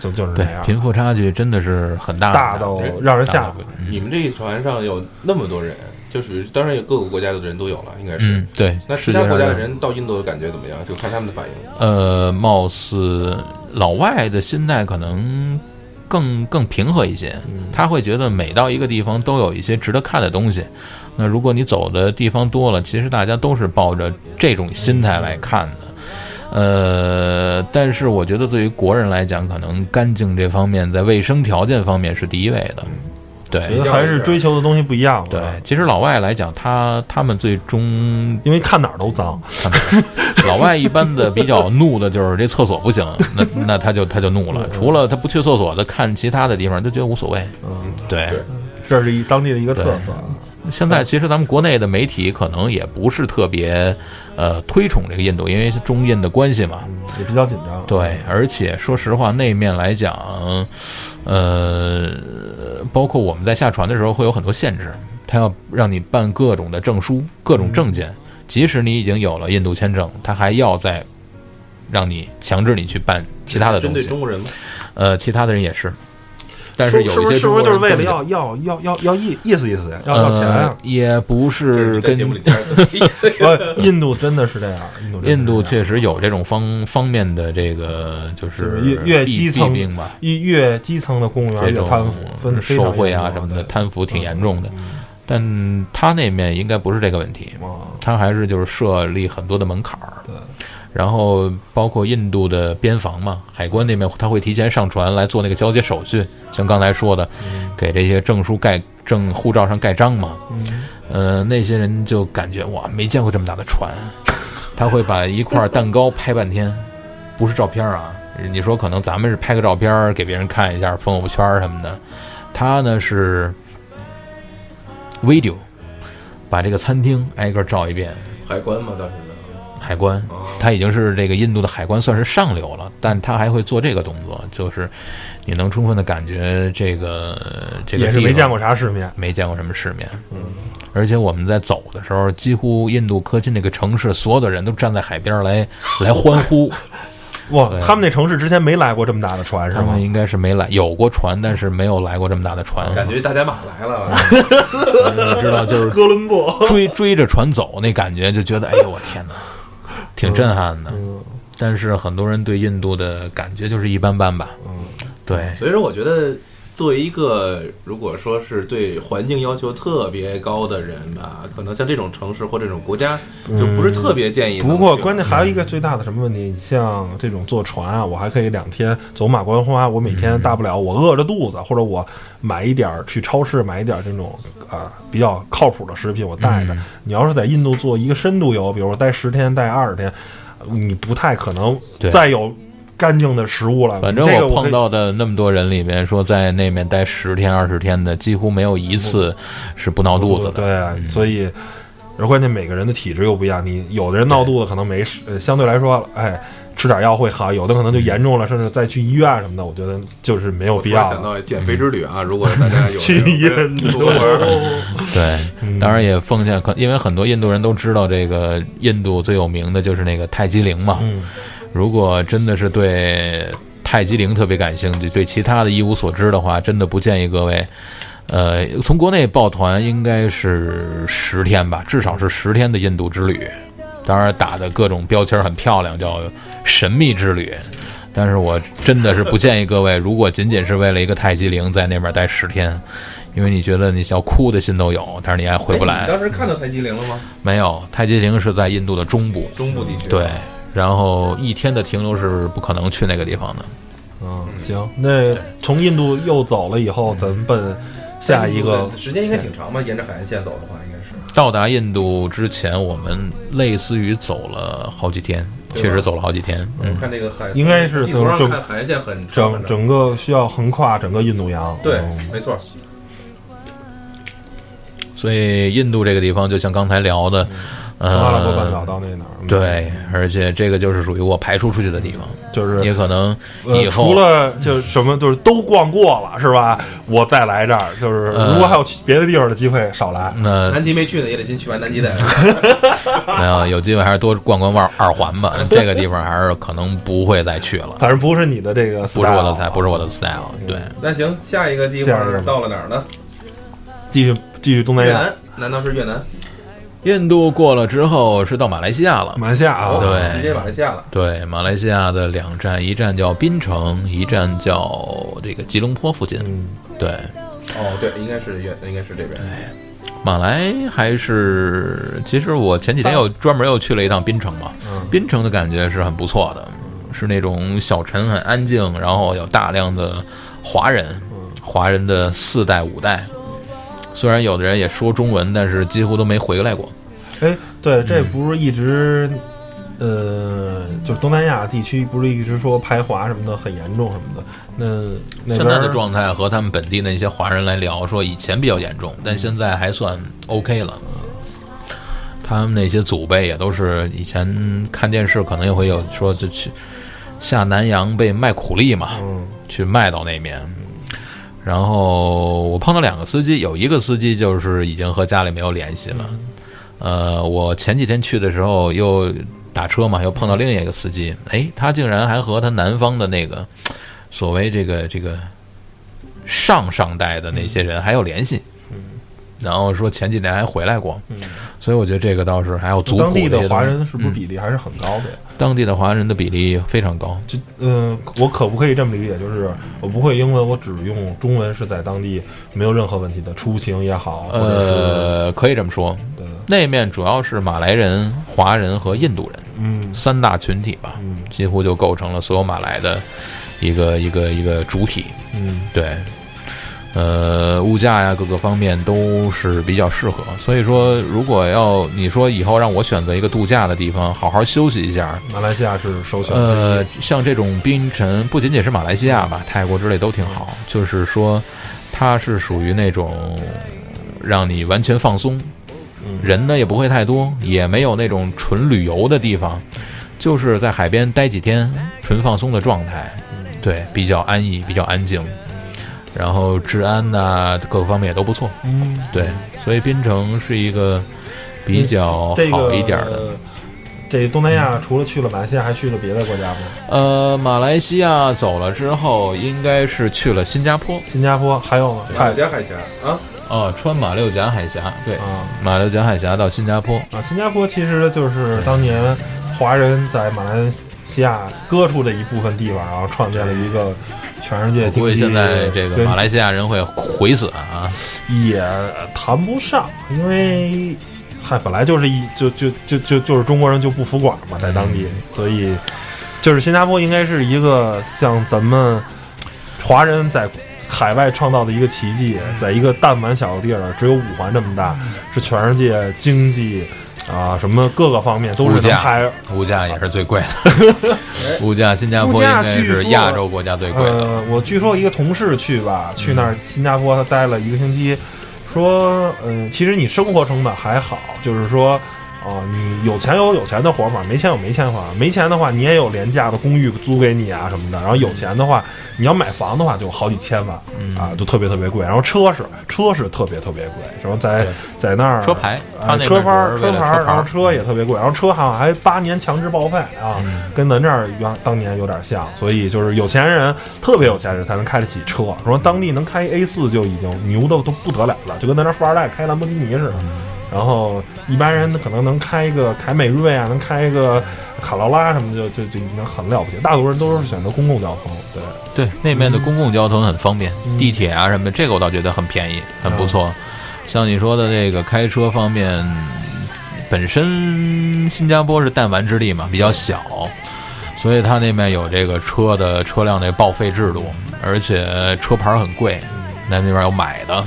B: 就就是
D: 嗯对
B: 那，样，
D: 贫富差距真的是很大的
B: 大到让人
D: 大
B: 吓
D: 到
B: 唬。
A: 你们这一船上有那么多人，就属于当然有各个国家的人都有了，应该是。
D: 嗯，对，
A: 那其
D: 世
A: 他
D: 界
A: 国
D: 上
A: 家的
D: 的
A: 人到印度的感觉怎么样？就看他们的反应。
D: 呃，貌似老外的心态可能更更平和一些，他会觉得每到一个地方都有一些值得看的东西。那如果你走的地方多了，其实大家都是抱着这种心态来看的。呃，但是我觉得对于国人来讲，可能干净这方面在卫生条件方面是第一位的。
B: 觉
D: 对
B: 得还是追求的东西不一样了。
D: 对，其实老外来讲，他他们最终
B: 因为看哪儿都脏，
D: 老外一般的比较怒的就是这厕所不行，那那他就他就怒了。除了他不去厕所的，看其他的地方就觉得无所谓。
B: 嗯，
D: 对，
B: 这是一当地的一个特色。啊
D: 现在其实咱们国内的媒体可能也不是特别呃推崇这个印度，因为是中印的关系嘛。
B: 嗯也比较紧张，
D: 对，而且说实话，那面来讲，呃，包括我们在下船的时候会有很多限制，他要让你办各种的证书、各种证件，即使你已经有了印度签证，他还要再让你强制你去办其他的
A: 针
D: 东
A: 对
D: 西。
A: 中国人吗？
D: 呃，其他的人也是，但
B: 是
D: 有一些
B: 是
D: 中
B: 不是
D: 国人
B: 就是为了
D: 更
B: 要要要要要意意思意思，要要钱啊
D: 呃？，也不是
A: 在
D: 跟
A: 节目里加上 这么一
B: 不呃印度真的是这样，印度真的是这样
D: 呃印度确实有这种方方面的这个就是
B: 就是越越
D: 弊
B: 基层
D: 弊病吧。
B: 越越基层的公务
D: 这
B: 员越
D: 种
B: 贪腐，分得非常
D: 受贿啊
B: 严
D: 什
B: 重
D: 么
B: 对
D: 的贪腐挺严重的
B: 嗯，
D: 但他那面应该不是这个问题，
B: 啊
D: 他还是就是设立很多的门槛儿
B: 对，
D: 然后包括印度的边防嘛，海关那边他会提前上船来做那个交接手续，像刚才说的，给这些证书盖证护照上盖章嘛，呃，那些人就感觉哇没见过这么大的船，他会把一块蛋糕拍半天，不是照片啊。你说可能咱们是拍个照片儿给别人看一下，朋友圈儿什么的，他呢是 video，把这个餐厅挨个照一遍，
A: 海关嘛，当时呢。
D: 海关
A: 哦，
D: 它已经是这个印度的海关算是上流了，但它还会做这个动作，就是你能充分的感觉这个这个
B: 嗯也是
D: 地
B: 没
D: 方
B: 见过啥世面，
D: 没见过什么世面。而且我们在走的时候，几乎印度科钦那个城市所有的人都站在海边儿 来来欢呼，
B: 哇，
D: 对
B: 他们那城市之前没来过这么大的船是
D: 他
B: 吗
D: 们？应该是没来有过船，但是没有来过这么大的船。
A: 感觉大家马 来了，
D: 你知道，就是
B: 哥伦布，
D: 追追着船走那感觉，就觉得哎呦我天哪，
B: 嗯
D: 挺震撼的。
B: 嗯
D: 但是很多人对印度的感觉就是一般般吧。对，
A: 所以说我觉得作为一个如果说是对环境要求特别高的人吧，可能像这种城市或这种国家，就不是特别建议能
B: 嗯
A: 去。
B: 不过，关键还
D: 嗯
B: 有一个最大的什么问题？你像这种坐船啊，我还可以两天走马观花，我每
D: 嗯
B: 天大不了我饿着肚子，或者我买一点儿去超市买一点儿这种啊比较靠谱的食品，我带着。
D: 嗯
B: 你要是在印度做一个深度游，比如说待十天、待二十天，你不太可能
D: 对
B: 再有干净的食物了。
D: 反正
B: 这个
D: 我
B: 我可
D: 碰
B: 以
D: 到的那么多人里面，说在那面待十天二十天的，几乎没有一次
B: 嗯
D: 是不闹肚子的。嗯
B: 对啊，所以，而关键每个人的体质又不一样，你有的人闹肚子可能没事，呃相对来说，哎，吃点药会好；有的可能就严重了，甚至再去医院什么的，我觉得就是没有必
A: 突
B: 要
A: 然想
B: 了。嗯
A: 到减肥之旅啊，如果大 家有
B: 去印度
A: 有
D: 对，当然也奉献，可因为很多印度人都知道这个印度最有名的就是那个泰姬陵嘛。如果真的是对泰姬陵特别感兴趣，对其他的一无所知的话，真的不建议各位。呃，从国内抱团应该是十天吧，至少是十天的印度之旅。当然打的各种标签很漂亮，叫神秘之旅。但是我真的是不建议各位，如果仅仅是为了一个泰姬陵在那边待十天，因为你觉得你想哭的心都有，但是你还回不
A: 哎
D: 来
A: 你。当时看到泰姬陵了吗？
D: 没有，泰姬陵是在印度的中部，
A: 中部地区。
D: 对，然后一天的停留是不可能去那个地方的。哦
B: 嗯，行，那从印度又走了以后，咱们奔下一个
A: 时间应该挺长吧？沿着海岸线走的话，应该是。
D: 到达印度之前，我们类似于走了好几天，
A: 对吧
D: 确实走了好几天。嗯
A: 我，看这个海，
B: 应该是
A: 地图上
B: 整
A: 看海岸线很长
B: 整
A: 很长。
B: 整个需要横跨整个印度洋。
A: 对
D: 呃
B: 嗯，
A: 没错。
D: 所以印度这个地方，就像刚才聊的，
B: 从阿拉伯半
D: 呃
B: 岛，到那哪儿？嗯，
D: 对，而且这个就是属于我排除出去的地方，
B: 就是
D: 也可能
B: 呃
D: 以
B: 除
D: 后、嗯
B: 了就是什么，就是都逛过了，是吧？我再来这儿，就是
D: 呃嗯
B: 如果还有去别的地方的机会，少来。
D: 那
A: 南极没去呢，也得先去完南极再来。
D: 没有有机会还是多逛逛二二环吧，这个地方还是可能不会再去了，
B: 反正不是你的这个，啊
D: 不是我的菜，不是我的 style。对，
A: 那行，下一个地
B: 下一个哎
A: 方到了哪儿呢？
B: 继续继续东南
A: 越
B: 亚，
A: 南？难道是越南？
D: 印度过了之后是到马来西亚了。
B: 马来西亚啊，
D: 对
A: 哦直接马来西亚了。
D: 对，马来西亚的两站，一站叫槟城，一站叫这个吉隆坡附近。
B: 嗯，
D: 对，
A: 哦，对，应该是越，应该是这边。
D: 马来还是，其实我前几天又专门又去了一趟槟城嘛，槟城的感觉是很不错的，是那种小城很安静，然后有大量的华人，华人的四代五代，虽然有的人也说中文，但是几乎都没回来过。
B: 哎，对，这
D: 嗯
B: 不是一直，呃，就是东南亚地区不是一直说排华什么的很严重什么的，那那
D: 现
B: 边
D: 在
B: 儿
D: 的状态和他们本地的一些华人来聊，说以前比较严
B: 嗯
D: 重，但现在还算 OK 了。他们那些祖辈也都是以前看电视，可能也会有说就去下南洋被卖苦力嘛，
B: 嗯
D: 去卖到那边。然后我碰到两个司机，有一个司机就是已经和家里没有联系
B: 嗯
D: 了。呃，我前几天去的时候又打车嘛，又碰到另一个司机，哎，他竟然还和他南方的那个所谓这个这个上上代的那些人还有联系。
B: 嗯
D: 然后说前几年还回来过，所以我觉得这个倒是还有族谱
B: 当地
D: 这
B: 的
D: 些
B: 华
D: 东西
B: 人是不是
D: 嗯
B: 比例还是很高的呀？
D: 当地的华人的比例非常高。
B: 就嗯，我可不可以这么理解？就是我不会英文，我只用中文是在当地没有任何问题的，出行也好，或者是、呃
D: 呃，可以这么说，
B: 对
D: 那面主要是马来人、华人和印度人
B: 嗯
D: 三大群体吧，
B: 嗯
D: 几乎就构成了所有马来的一个一个一个主体。
B: 嗯
D: 对，呃，物价呀各个方面都是比较适合。所以说，如果要你说以后让我选择一个度假的地方，好好休息一下。
B: 马来西亚是首选。
D: 呃，像这种冰城，不仅仅是马来西亚吧，泰国之类都挺好。就是说，它是属于那种让你完全放松，
B: 嗯
D: 人呢也不会太多，也没有那种纯旅游的地方，就是在海边待几天，纯放松的状态，对，比较安逸，比较安静，然后治安呐、各个方面也都不错，
B: 嗯，
D: 对，所以槟城是一个比较
B: 这个
D: 好一点儿的。
B: 这东南亚除了去了马来西亚，还去了别的国家吗？
D: 呃，马来西亚走了之后，应该是去了新加坡，
B: 新加坡还有吗？
A: 马
B: 泰
A: 六甲海峡啊，
D: 哦，穿马六甲海峡，对，
B: 啊
D: 马六甲海峡到新加坡，
B: 啊！新加坡其实就是当年华人在马来西亚割出的一部分地方，然后创建了一个全世界经
D: 估计
B: 济
D: 现在这个
B: 跟
D: 马来西亚人会悔死啊！
B: 也谈不上，因为嗨，本来就是一就就就就就是中国人就不服管嘛，在当地，所以就是新加坡应该是一个像咱们华人在海外创造的一个奇迹，在一个弹丸小的地儿，只有五环这么大，是全世界经济啊什么各个方面都是
D: 物
B: 能
D: 价
B: 排。
D: 物价也是最贵的， 物价新加坡应该是亚洲国家最贵的。嗯
B: 呃，我据说一个同事去吧，去那儿新加坡他待了一个星期，说，嗯，其实你生活成本还好，就是说，哦、你有钱有有钱的活法，没钱有没钱活法，没钱的话你也有廉价的公寓租给你啊什么的，然后
D: 嗯
B: 有钱的话，你要买房的话就好几千万、啊，就特别特别贵，然后车是车是特别特别贵，然后在在那儿
D: 车牌他
B: 啊，
D: 那边
B: 车牌儿
D: 主要是为了
B: 车牌儿，
D: 车牌儿
B: 然后车也特别贵，然后车好像还八年强制报废啊，
D: 嗯
B: 跟咱这儿原当年有点像，所以就是有钱人，特别有钱人才能开得起车。说当地能开 A 四就已经牛的都不得了了，就跟咱这富二代开兰博基尼似的。
D: 嗯
B: 然后一般人可能能开一个凯美瑞啊，能开一个卡罗拉什么的，就就就已经很了不起。大多数人都是选择公共交通，对，
D: 对，那面
B: 嗯
D: 的公共交通很方便，地铁啊什么的，这个我倒觉得很便宜，很不
B: 嗯
D: 错。像你说的这个开车方面，本身新加坡是弹丸之地嘛，比较小，所以它那边有这个车的车辆的报废制度，而且车牌很贵，
B: 嗯
D: 那那边有买的，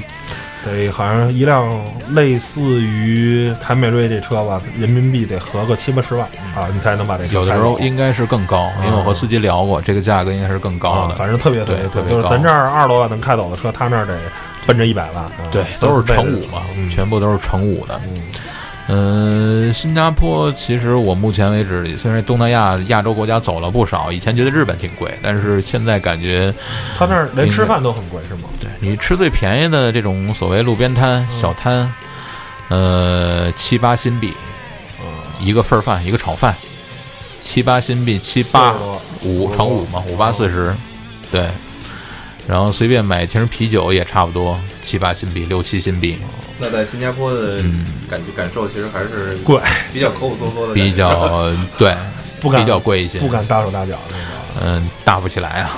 B: 得好像一辆类似于凯美瑞这车吧，人民币得合个七八十万啊，你才能把这车
D: 嗯有的
B: 开
D: 时候
B: 走
D: 应该是更高，因为我和司机聊过，这个价格应该是更高
B: 嗯啊
D: 的，，
B: 反正特别
D: 对
B: 别
D: 特别
B: 就是
D: 高
B: 咱这儿二十多万能开走的车，他那儿得奔着一百万，啊
D: 对，
B: 三
D: 都
B: 四
D: 是
B: 倍
D: 乘
B: 的
D: 五嘛，
B: 嗯
D: 全部都是乘五的。嗯，新加坡其实我目前为止，虽然东南亚亚洲国家走了不少，以前觉得日本挺贵，但是现在感觉
B: 他那儿连吃饭都很贵是吗？对，嗯
D: 你吃最便宜的这种所谓路边摊、小摊，呃，七八新币，
B: 嗯
D: 一个份儿饭，一个炒饭，七八新币，七八五乘五嘛，五八四十，对。然后随便买瓶啤酒也差不多七八新币，六七新币，
A: 那在新加坡的感觉感受其实还是
B: 贵，
A: 比较抠抠搜搜的感觉，
D: 比 较对，
B: 不敢
D: 比较贵一些，
B: 不敢大手大脚那个。
D: 嗯，大不起来 啊，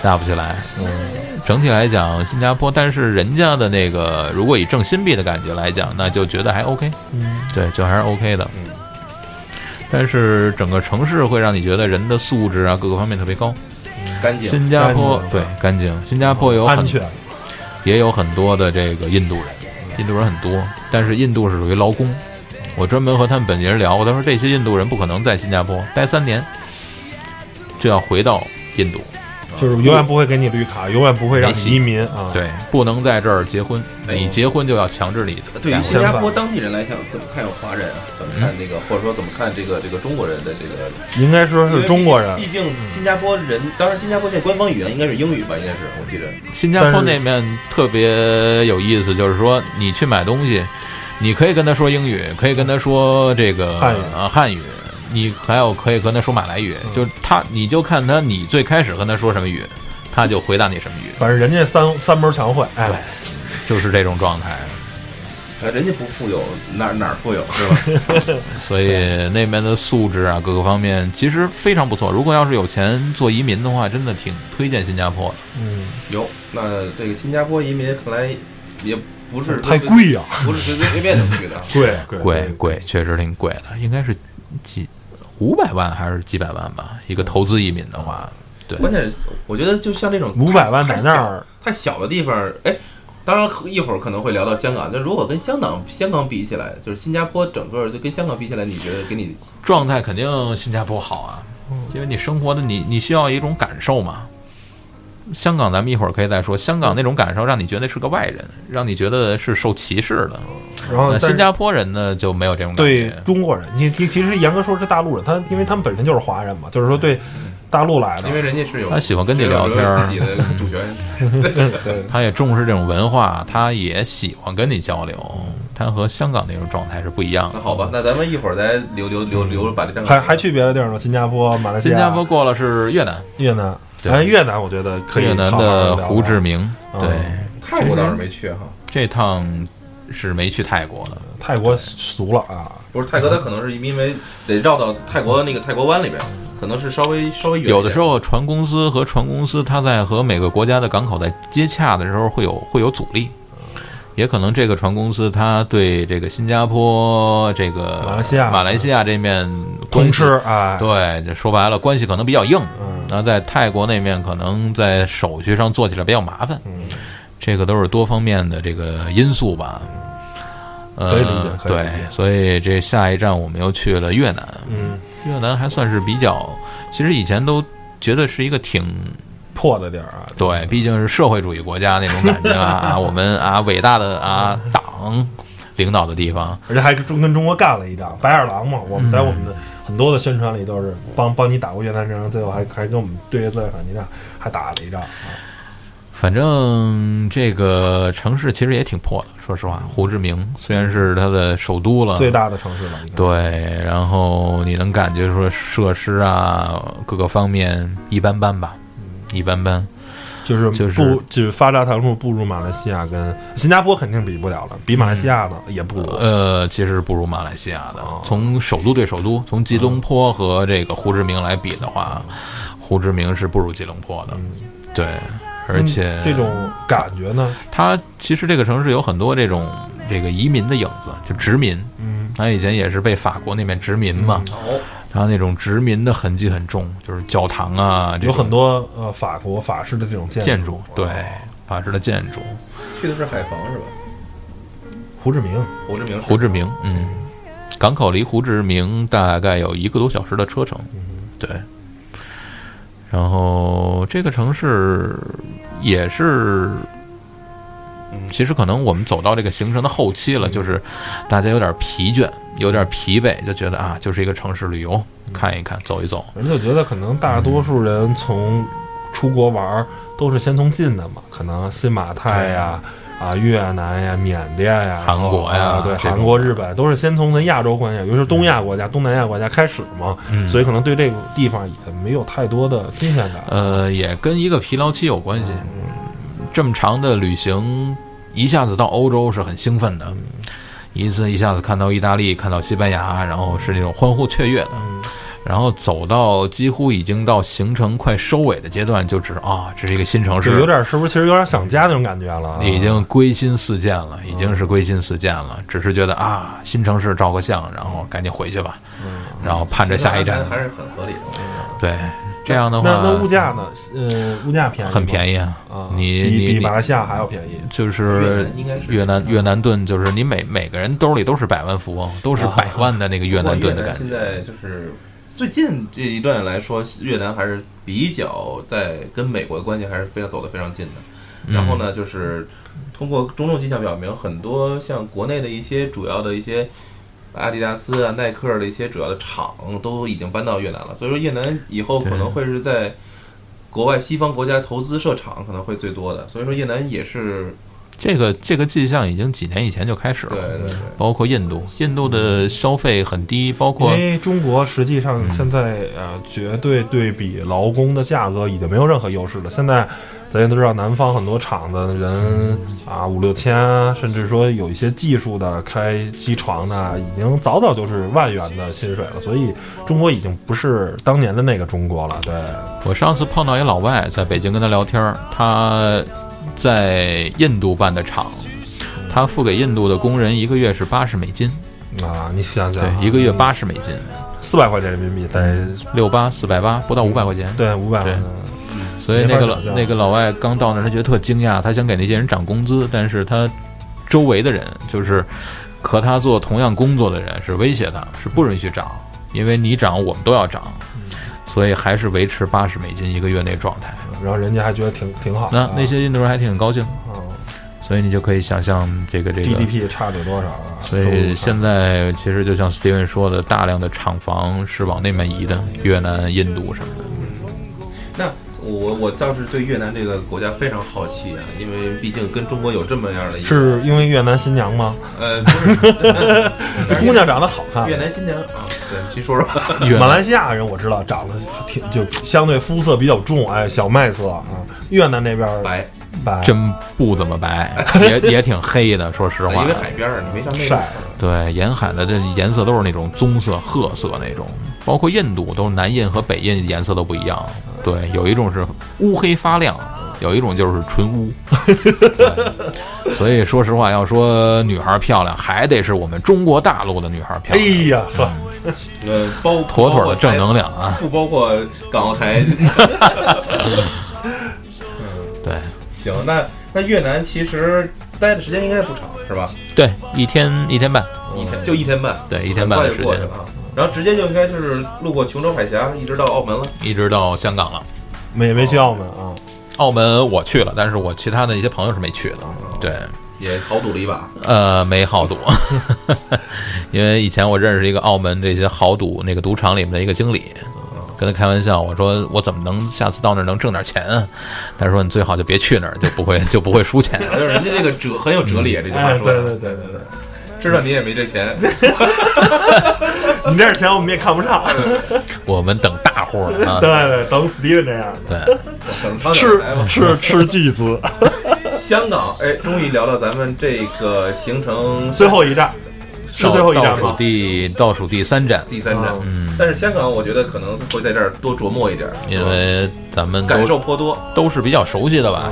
D: 大不起来。嗯，整体来讲，新加坡，但是人家的那个，如果以挣新币的感觉来讲，那就觉得还 OK，
B: 嗯，
D: 对，就还是 OK 的。但是整个城市会让你觉得人的素质啊，各个方面特别高。
A: 干净。
D: 新加坡
B: 干净
D: 对干净，新加坡有
B: 安
D: 很
B: 全，
D: 也有很多的这个印度人，印度人很多，但是印度是属于劳工。我专门和他们本地人聊过，他说这些印度人不可能在新加坡待三年，就要回到印度，
B: 就是永远不会给你绿
D: 嗯
B: 卡，永远不会让你移民啊。，
D: 对，不能在这儿结婚，
A: 哎呦
D: 你结婚就要强制你
A: 对于
D: 改
A: 新
D: 婚。
A: 加坡当地人来讲，怎么看有华人啊？怎么看这
D: 嗯
A: 个，或者说怎么看这个这个中国人的这个
B: 应该说是中国人
A: 毕，竟新加坡人，当然新加坡现在官方语言应该是英语吧，应该是我记得。
D: 新加坡
B: 但
D: 那
B: 是
D: 面特别有意思，就是说你去买东西，你可以跟他说英语，可以跟他说这个
B: 汉语
D: 啊汉语，你还有可以跟他说马来语，就是他你就看他你最开始跟他说什么语，他就回答你什么语，
B: 反正人家三三门全会，哎，
D: 就是这种状态。
A: 呃，人家不富有，哪儿哪儿富有是吧？
D: 所以那边的素质啊，各个方面其实非常不错。如果要是有钱做移民的话，真的挺推荐新加坡的。
B: 嗯，
A: 有，那这个新加坡移民看来也不是
B: 太
A: 随，
B: 贵呀，
A: 不是随随便便能去的。啊
B: 贵
D: 贵贵，确实挺贵的，应该是几五百万还是几百万吧？一个投资移民的话，对，
A: 关键是我觉得就像这种
B: 五百万
A: 太
B: 在那儿
A: 太小太小的地方，哎，当然一会儿可能会聊到香港。就如果跟香港香港比起来，就是新加坡整个就跟香港比起来，你觉得给你
D: 状态肯定新加坡好啊，因为你生活的你你需要一种感受嘛。香港咱们一会儿可以再说，香港那种感受让你觉得是个外人，让你觉得是受歧视的。
B: 然后嗯
D: 那
B: 但是
D: 新加坡人呢就没有这种感
B: 对
D: 觉。
B: 中国人，你你其实严格说是大陆人，他因为他们本身就是华人嘛，就是说对大陆来的，
A: 因为人家是有
D: 他喜欢跟你
A: 是有
D: 聊天儿嗯
A: 自己的主权。
B: 对
D: 他也重视这种文化，他也喜欢跟你交流，
B: 嗯
D: 他和香港那种状态是不一样的
A: 那。好吧，那咱们一会儿再留留留留把这 张
B: 还还去别的地儿吗？新加坡、马来西
D: 新
B: 亚、
D: 加坡过了是越南，
B: 越南。
D: 对
B: 哎，越南我觉得可以
D: 越南
B: 好好聊聊
D: 的胡志明，
B: 嗯
D: 对，
A: 泰国倒是没去哈，
D: 这趟是没去泰国的，
B: 泰国俗了啊，
A: 不是泰国，它可能是因为得绕到泰国那个泰国湾里边，可能是稍微稍微远一点
D: 有的时候，船公司和船公司，它在和每个国家的港口在接洽的时候，会有会有阻力，
B: 嗯
D: 也可能这个船公司它对这个新加坡、这个
B: 马来西亚
D: 马来西亚这面
B: 通
D: 关系
B: 吃，哎，
D: 对，这说白了关系可能比较硬。
B: 嗯
D: 那在泰国那面，可能在手续上做起来比较麻烦。
B: 嗯，
D: 这个都是多方面的这个因素吧。呃，
B: 可以理解可以理
D: 对
B: 解，
D: 所以这下一站我们又去了越南。
B: 嗯，
D: 越南还算是比较，其实以前都觉得是一个挺
B: 破的地儿啊，
D: 对，毕竟是社会主义国家那种感觉 啊，啊我们啊伟大的啊党领导的地方，
B: 而且还跟跟中国干了一仗，白眼狼嘛，我
D: 嗯
B: 们在我们的很多的宣传里都是帮帮你打过越南仗，最后还还跟我们对越自卫反击战还打了一仗，
D: 反正这个城市其实也挺破的。说实话，胡志明虽然是它的首都了，
B: 最大的城市了，应该，
D: 啊对，然后你能感觉说设施啊各个方面一般般吧，一般般。
B: 就是
D: 就是
B: 不就是发展程度不如马来西亚跟新加坡肯定比不了了，比马来西亚呢也不如，
D: 呃，其实不如马来西亚的
B: 哦。嗯
D: 从首都对首都，从吉隆坡和这个胡志明来比的话，胡志明是不如吉隆坡的。对，而且
B: 嗯嗯这种感觉呢，
D: 它其实这个城市有很多这种这个移民的影子，就殖民。
B: 嗯，
D: 它以前也是被法国那边殖民嘛，
A: 哦，
D: 它那种殖民的痕迹很重，就是教堂啊，这
B: 有
D: 种
B: 很多呃法国法式的这种建
D: 建筑，对，法式的建筑。
A: 去的是海防是吧？
B: 胡志明，
A: 胡志明，
D: 胡志明，嗯，港口离胡志明大概有一个多小时的车程，对。然后这个城市也是，嗯其实可能我们走到这个行程的后期了，就是大家有点疲倦，有点疲惫，就觉得啊，就是一个城市旅游，看一看，走一走。
B: 人就觉得可能大
D: 嗯
B: 多数人从出国玩儿都是先从近的嘛，可能新马泰呀、啊、越南呀、缅甸呀、
D: 韩国呀
B: 啊对，
D: 这种
B: 韩国、日本都是先从咱亚洲国家，尤其是东亚国家、东南亚国家开始嘛，
D: 嗯
B: 所以可能对这个地方也没有太多的新鲜感。
D: 呃，也跟一个疲劳期有关系。这么长的旅行，一下子到欧洲是很兴奋的，一次一下子看到意大利，看到西班牙，然后是那种欢呼雀跃的。然后走到几乎已经到行程快收尾的阶段，就只是啊，这是一个新城市
B: 就，有点是不是？其实有点想家那种感觉了啊，
D: 已经归心似箭了，已经是归心似箭了，只是觉得啊，新城市照个相，然后赶紧回去吧，
B: 嗯
D: 然后盼着下一站
B: 啊
A: 其实。还是很合理的。
D: 对，这样的话，
B: 那那物价呢？呃，物价便宜吗
D: 很便宜啊
B: 啊，，
D: 你
B: 比
D: 你
B: 比
D: 你
B: 马来西亚还要便宜。
D: 就是
A: 越南应该是嗯
D: 越南越南盾，就是你每每个人兜里都是百万富翁，都是百万的那个越
A: 不过啊
D: 南
A: 越
D: 盾的
A: 南
D: 感
A: 现
D: 觉。嗯
A: 在就是最近这一段来说，越南还是比较在跟美国的关系还是非常走得非常近的。
D: 嗯
A: 然后呢，就是通过种种迹象表明，很多像国内的一些主要的一些阿迪达斯啊、耐克的一些主要的厂都已经搬到越南了，所以说越南以后可能会是在国外西方国家投资设厂可能会最多的，所以说越南也是
D: 这个这个迹象已经几年以前就开始
A: 对嗯
D: 了，
A: 对对。
D: 包括印度，印度的消费很低，包
B: 因
D: 括
A: 哎
B: 为中国实际上
D: 嗯
B: 现在呃，绝对对比劳工的价格已经没有任何优势了。现在咱也都知道，南方很多厂子人啊五六千啊，甚至说有一些技术的开机床的，已经早早就是万元的薪水了。所以中国已经不是当年的那个中国了。对，
D: 我上次碰到一老外，在北京跟他聊天儿，他在印度办的厂，他付给印度的工人一个月是八十美金，
B: 啊，你想想
D: 对
B: 啊，，
D: 一个月八十美金，
B: 四百块钱人民币在
D: 六八四百八，不到五百块钱。
B: 对五百
D: 对
B: 块钱。
D: 所以那个
B: 没法
D: 老
B: 想象啊
D: 那个老外刚到那儿，他觉得特惊讶，他想给那些人涨工资，但是他周围的人就是和他做同样工作的人是威胁他，是不允许涨，因为你涨我们都要涨，
B: 嗯
D: 所以还是维持八十美金一个月那状态。
B: 然后人家还觉得挺挺好的
D: 那
B: 啊。
D: 那些印度人还挺高兴，
B: 啊
D: 所以你就可以想象这个这个。
B: GDP 差得多少啊？
D: 所
B: 收入
D: 以
B: 差
D: 现在其实就像 Steven 说的，大量的厂房是往那边移的，越南、印度什么的。
A: 那我我倒是对越南这个国家非常好奇啊，因为毕竟跟中国有这么样的一个
B: 是因为越南新娘吗？
A: 呃，不是
B: 这
D: 嗯
B: 姑娘长得好看
A: 越。南新娘啊，对，去说说吧。
D: 越
B: 马
D: 南
B: 来西亚人我知道长得挺就相对肤色比较重，哎，小麦色啊。越南那边儿
A: 白，
B: 白，
D: 真不怎么白，也也挺黑的。说实话，
A: 因为海边儿，你没上那
B: 晒
A: 个。
D: 对，沿海的这颜色都是那种棕色、褐色那种，包括印度都是南印和北印颜色都不一样。对，有一种是乌黑发亮，有一种就是纯乌。对哎所以说实话，要说女孩漂亮，还得是我们中国大陆的女孩漂
B: 哎
D: 亮，
B: 呀，呵，
A: 呃，包
D: 妥妥的正能，量
A: 包括
D: 啊！
A: 台不包括港澳台。
D: 对
A: 行，那那越南其实待的时间应该不长，是吧？
D: 对，一天一天半，
A: 一天就一天半，
D: 嗯对，一天半
A: 很快
D: 的时
A: 就过去
D: 间
A: 了，啊。然后直接就应该就是路过琼州海峡，一直到澳门了。
D: 一直到香港了。
B: 没没去澳门啊？
D: 澳门我去了，但是我其他的一些朋友是没去的。对，
A: 也豪赌了一 把，
D: 呃，没豪赌， 因为以前我认识一个澳门这些豪赌那个赌场里面的一个经理，跟他开玩笑，我说我怎么能下次到那儿能挣点钱啊？他说你最好就别去那儿，就不会 就不会输钱。
A: 就是人家这个哲很有哲理，这
D: 嗯
A: 句话
B: 哎，
A: 说
B: 对
A: 的，
B: 对对对对，
A: 知道你也没这 钱，
B: 你这点钱我们也看不上。
D: 嗯我们等大户了 啊
B: 对，对，等 Steven 这样的，
D: 对，
A: 等着
B: 吃
A: 来吧。
B: 吃吃巨资。
A: 香港，哎，终于聊到咱们这个行程
B: 最后一站是最后一
D: 倒
B: 站
D: 数
B: 吗？
D: 第倒数第三站，
A: 第三站
B: 啊，
A: 但是香港我觉得可能会在这儿多琢磨一点，
D: 嗯因为咱们
A: 感
D: 都
A: 受颇多。
D: 都是比较熟悉的吧。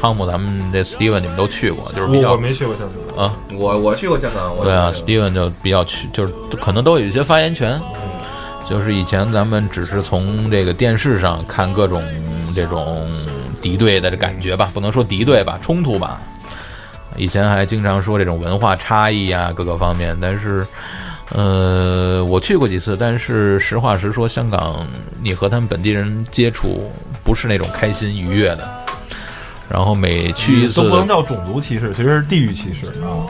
D: 汤姆，咱们这 Steven 你们都去过，就是比
B: 嗯我我
D: 较
B: 没去过香港，
D: 啊，
A: 我我去过香港，我
D: 对啊
A: 去过
D: ，Steven 就比较去，就是可能都有一些发言权。就是以前咱们只是从这个电视上看各种这种敌对的感觉吧，不能说敌对吧，冲突吧。以前还经常说这种文化差异啊，各个方面。但是，呃，我去过几次，但是实话实说，香港你和他们本地人接触不是那种开心愉悦的。然后每去一次
B: 都不能叫种族歧视，其实是地域歧视啊。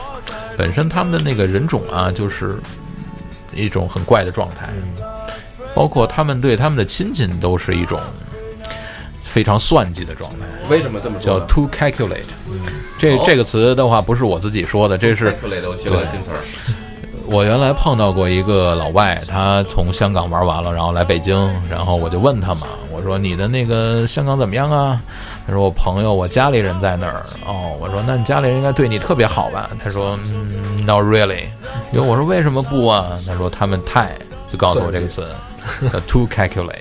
D: 本身他们的那个人种啊，就是一种很怪的状态，包括他们对他们的亲戚都是一种非常算计的状态，
A: 为什么这么说
D: 叫
A: 呢？
D: too calculate。这
A: 哦
D: 这个词的话，不是我自己说的，这是
A: 特雷都学了新词儿，
D: 我原来碰到过一个老外，他从香港玩完了，然后来北京，然后我就问他嘛，我说你的那个香港怎么样啊？他说我朋友，我家里人在那儿。哦，我说那你家里人应该对你特别好吧？他说、嗯、Not really。因为我说为什么不啊？他说他们太就告诉我这个 词叫 too calculate。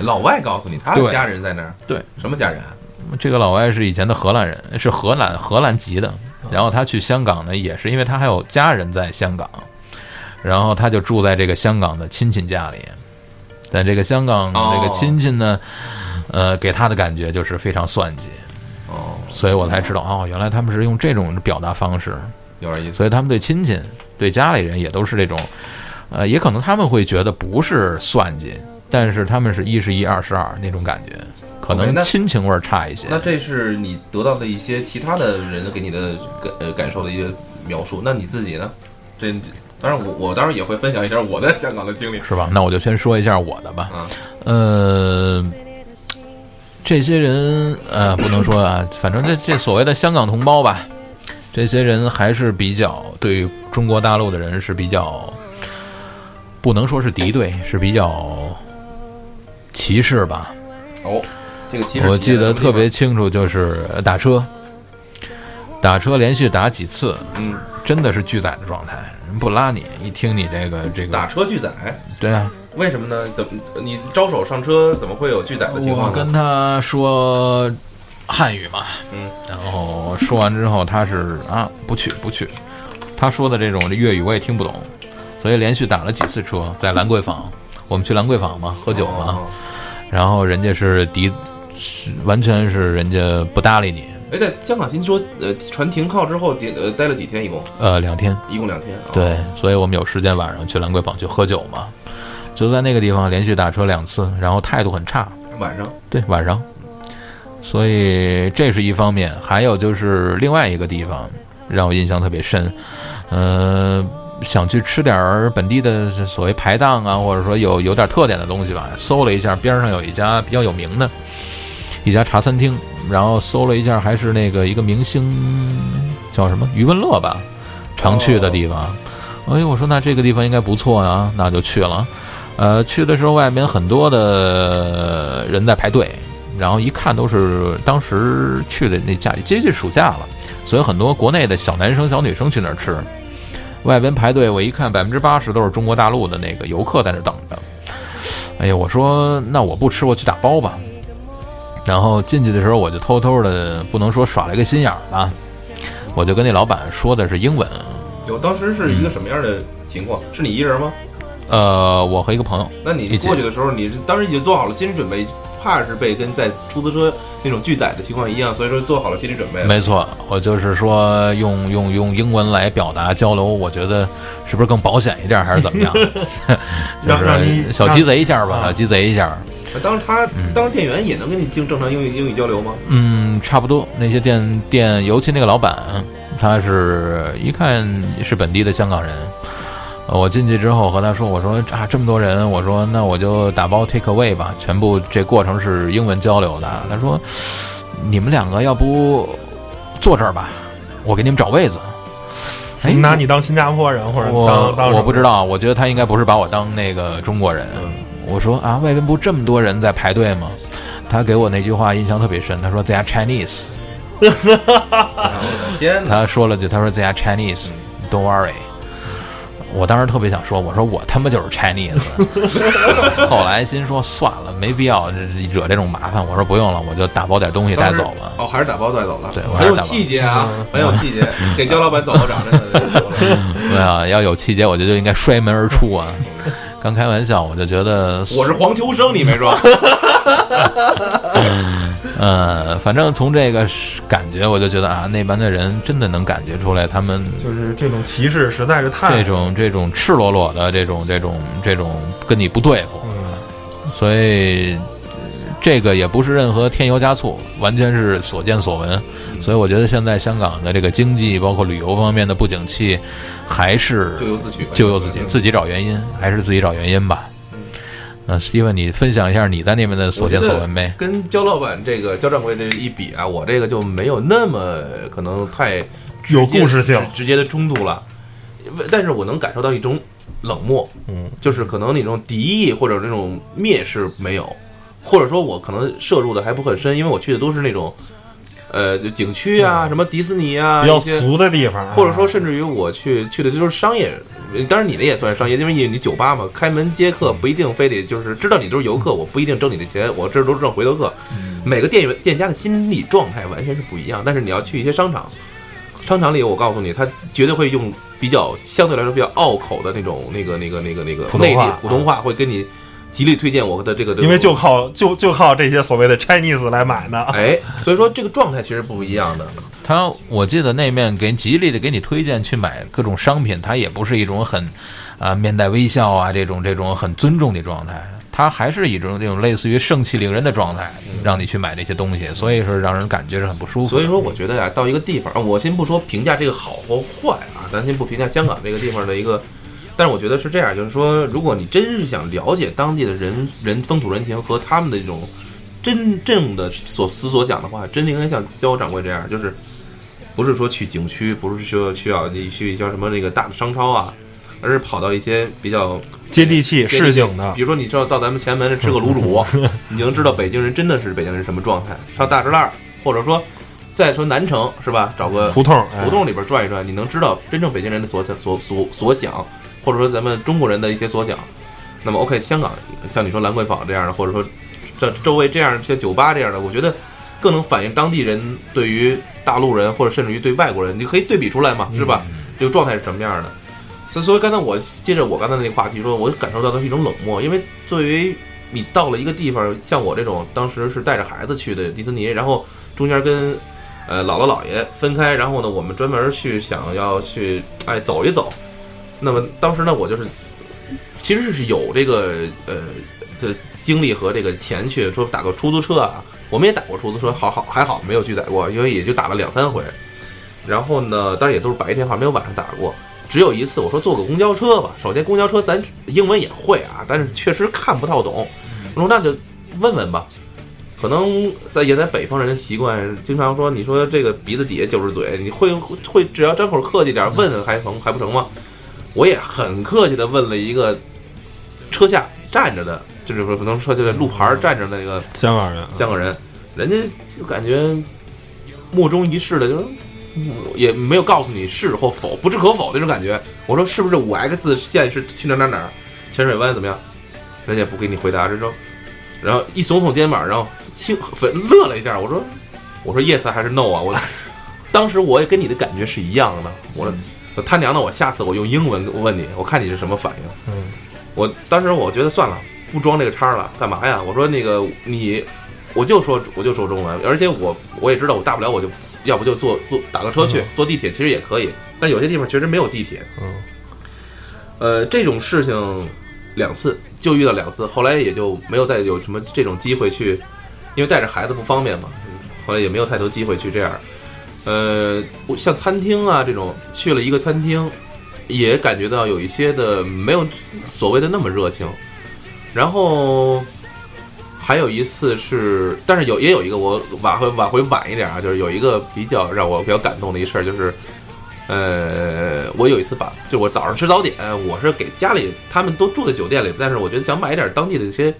A: 老外告诉你他的
D: 对
A: 家人在那儿，
D: 对，
A: 什么家人啊？
D: 这个老外是以前的荷兰人，是荷兰荷兰籍的。
A: 嗯
D: 然后他去香港呢，也是因为他还有家人在香港，然后他就住在这个香港的亲戚家里。但这个香港
A: 哦
D: 这个亲戚呢，呃，给他的感觉就是非常算计，
A: 哦，
D: 所以我才知道哦，原来他们是用这种表达方式，
A: 有点意思。
D: 所以他们对亲戚、对家里人也都是这种，呃，也可能他们会觉得不是算计，但是他们是一是一，二是二那种感觉，可
A: OK，那
D: 能亲情味儿差一些。
A: 那这是你得到的一些其他的人给你的感呃感受的一个描述，那你自己呢？这当然我我当然也会分享一下我在香港的经历。
D: 是吧？那我就先说一下我的吧。
A: 啊
D: 呃，这些人呃，不能说啊，反正这这所谓的香港同胞吧，这些人还是比较对于中国大陆的人是比较，不能说是敌对，是比较歧视吧。
A: 哦，这个其实
D: 我记得特别，清楚，就是打车，打车连续打几次，
A: 嗯，
D: 真的是拒载的状态，人不拉你，一听你这个这个
A: 打车拒载，
D: 对啊，
A: 为什么呢？怎么你招手上车怎么会有拒载的情
D: 我
A: 况
D: 跟
A: 呢？哦
D: 他说汉语嘛，
A: 嗯，
D: 然后说完之后，他是啊，不去不去，他说的这种粤语我也听不懂，所以连续打了几次车，在兰桂坊，我们去兰桂坊嘛，喝酒嘛，
A: 哦
D: 然后人家是敌，是完全是人家不搭理你，
A: 哎，在香港新说，呃，船停靠之后，停呃，待了几天？一共
D: 呃，两天，
A: 一共两天。哦
D: 对，所以我们有时间晚上去兰桂坊去喝酒嘛，就在那个地方连续打车两次，然后态度很差，
A: 晚上
D: 对，晚上。所以这是一方面，还有就是另外一个地方让我印象特别深，呃，想去吃点儿本地的所谓排档啊，或者说有有点特点的东西吧。搜了一下，边上有一家比较有名的一家茶餐厅，然后搜了一下，还是那个一个明星叫什么余文乐吧，常去的地方。哎呦，我说那这个地方应该不错啊，那就去了。呃，去的时候外面很多的人在排队，然后一看都是当时去的那假，接近暑假了，所以很多国内的小男生、小女生去那儿吃。外边排队，我一看百分之八十都是中国大陆的那个游客在那等着。哎呀，我说那我不吃，我去打包吧。然后进去的时候，我就偷偷的，不能说耍了一个心眼儿吧，我就跟那老板说的是英文。
A: 有当时是一
D: 嗯
A: 个什么样的情况？是你一人吗？
D: 呃，我和一个朋友，
A: 那你
D: 一起
A: 过去的时候，你是当时已经做好了心理准备，怕是被跟在出租车那种拒载的情况一样，所以说做好了心理准
B: 哎
A: 备了。
D: 没错，我就是说用用用英文来表达交流，我觉得是不是更保险一点，还是怎么 样？ 就
B: 让让
D: 是
B: 你
D: 小鸡贼一下吧，
B: 啊
D: 小鸡贼一下。
A: 当时他当时店员也能跟你进行正常英语英语交流吗？
D: 嗯，差不多。那些店店，尤其那个老板，他是一看是本地的香港人。呃我进去之后和他说：“我说啊，这么多人，我说那我就打包 take away 吧。全部这过程是英文交流的。”他说：“你们两个要不坐这儿吧，我给你们找位子。”哎，
B: 拿你当新加坡人或者
D: 我
B: 当当
D: 我不知
B: 道，
D: 道，我觉得他应该不是把我当那个中国人。
B: 嗯
D: 我说啊，外边不这么多人在排队吗？他给我那句话印象特别深，他说 “they are Chinese”，
A: 啊我的天哪！
D: 他说了句，他说 “they are Chinese”，don't worry。我当时特别想说，我说我他妈就是 Chinese。后来心说算了，没必要惹这种麻烦。我说不用了，我就打包点东西带
A: 当时
D: 走吧。
A: 哦，还是打包带走了。
D: 对我还
A: 很
D: 是
A: 有
D: 打包嗯
A: 细节啊，很有细节，给焦老板找到长的。
D: 对啊，要有气节，我觉得就应该摔门而出啊。刚开玩笑，我就觉得
A: 我是黄秋生，你没 说？
D: 呃，反正从这个是感觉，我就觉得啊，那边的人真的能感觉出来，他们
B: 就是这种歧视实在是太
D: 这种这种赤裸裸的这种这种这种跟你不对付，
B: 嗯
D: 所以呃这个也不是任何添油加醋，完全是所见所闻。所以我觉得现在香港的这个经济，包括旅游方面的不景气，还是
A: 咎由自取吧，
D: 咎由自己，自己找原因，还是自己找原因吧。那 Steven，你分享一下你在那边的所见所闻呗？
A: 跟焦老板这个焦掌柜这一比啊，我这个就没有那么可能太直接
B: 有故事性
A: 直直接的冲突了。但是我能感受到一种冷漠，
B: 嗯，
A: 就是可能那种敌意或者那种蔑视没有，或者说我可能摄入的还不很深，因为我去的都是那种，呃，就景区啊，什么迪士尼
B: 嗯
A: 啊，
B: 比较
A: 一些
B: 俗的地方，啊
A: 或者说，甚至于我去去的就是商业，呃当然你那也算是商业，因为你你酒吧嘛，开门接客不一定非得就是知道你都是游客，我不一定挣你的钱，我这都是挣回头客。
B: 嗯
A: 每个店员店家的心理状态完全是不一样，但是你要去一些商场，商场里我告诉你，他绝对会用比较相对来说比较拗口的那种那个那个那个那个
B: 普通
A: 内地
B: 话嗯
A: 普通话，会跟你极力推荐我的这个，这个
B: 因为就靠就就靠这些所谓的 Chinese 来买的，
A: 哎，所以说这个状态其实不一样的。
D: 他我记得那面给极力的给你推荐去买各种商品，他也不是一种很啊、面带微笑啊这种这种很尊重的状态，他还是一种这种类似于盛气凌人的状态，让你去买这些东西，所以是让人感觉是很不舒服。
A: 所以说，我觉得呀、到一个地方，啊我先不说评价这个好或坏啊，咱先不评价香港这个地方的一个，但是我觉得是这样，就是说，如果你真是想了解当地的人人风土人情和他们的这种真正的所思所想的话，真的应该像焦掌柜这样，就是不是说去景区，不是说需要你去叫什么那个大的商超啊，而是跑到一些比较
B: 接地气、市井的
A: 比，如说，你知道到咱们前门吃个卤煮，你就能知道北京人真的是北京人什么状态。上大栅栏，或者说再说南城是吧？找个
B: 胡同哎
A: 胡同里边转一转，你能知道真正北京人的所想、所所所想，或者说咱们中国人的一些所想。那么 OK，香港像你说兰桂坊这样的，或者说这周围这样像酒吧这样的，我觉得更能反映当地人对于大陆人或者甚至于对外国人，你可以对比出来嘛，是吧？这个状态是什么样的？所以，所以刚才我接着我刚才那个话题说，我感受到的是一种冷漠，因为作为你到了一个地方，像我这种当时是带着孩子去的迪士尼，然后中间跟呃姥姥姥爷分开，然后呢，我们专门去想要去哎走一走。那么当时呢，我就是其实是有这个呃这精力和这个钱去说打个出租车啊，我们也打过出租车，好好还好没有拒载过，因为也就打了两三回。然后呢，当然也都是白天，好像没有晚上打过。只有一次，我说坐个公交车吧。首先，公交车咱英文也会啊，但是确实看不太懂。我说那就问问吧，可能在也在北方人的习惯，经常说你说这个鼻子底下就是嘴，你会会只要张口客气点问问还成还不成吗？我也很客气的问了一个车下站着的，就是说可能说这个路牌儿站着的那个
B: 香港人，
A: 香港人，人家就感觉目中一视的，就是嗯也没有告诉你是或否，不置可否那种感觉。我说是不是五 X 线是去哪儿哪儿哪儿，浅水湾怎么样？人家也不给你回答，这种，然后一耸耸肩膀，然后轻粉乐了一下。我说我说 yes 还是 no 啊？我当时我也跟你的感觉是一样的。我说他娘的，我下次我用英文问你，我看你是什么反应。
B: 嗯，
A: 我当时我觉得算了，不装这个叉了，干嘛呀？我说那个你，我就说我就说中文，而且我我也知道，我大不了我就要不就坐坐打个车去，坐地铁其实也可以，但有些地方确实没有地铁。
B: 嗯，
A: 呃，这种事情两次就遇到两次，后来也就没有再有什么这种机会去，因为带着孩子不方便嘛，后来也没有太多机会去这样。呃，我像餐厅啊这种，去了一个餐厅，也感觉到有一些的没有所谓的那么热情。然后还有一次是，但是有也有一个我挽回挽回晚一点啊，就是有一个比较让我比较感动的一事儿，就是呃，我有一次把就我早上吃早点，我是给家里他们都住在酒店里，但是我觉得想买一点当地的一些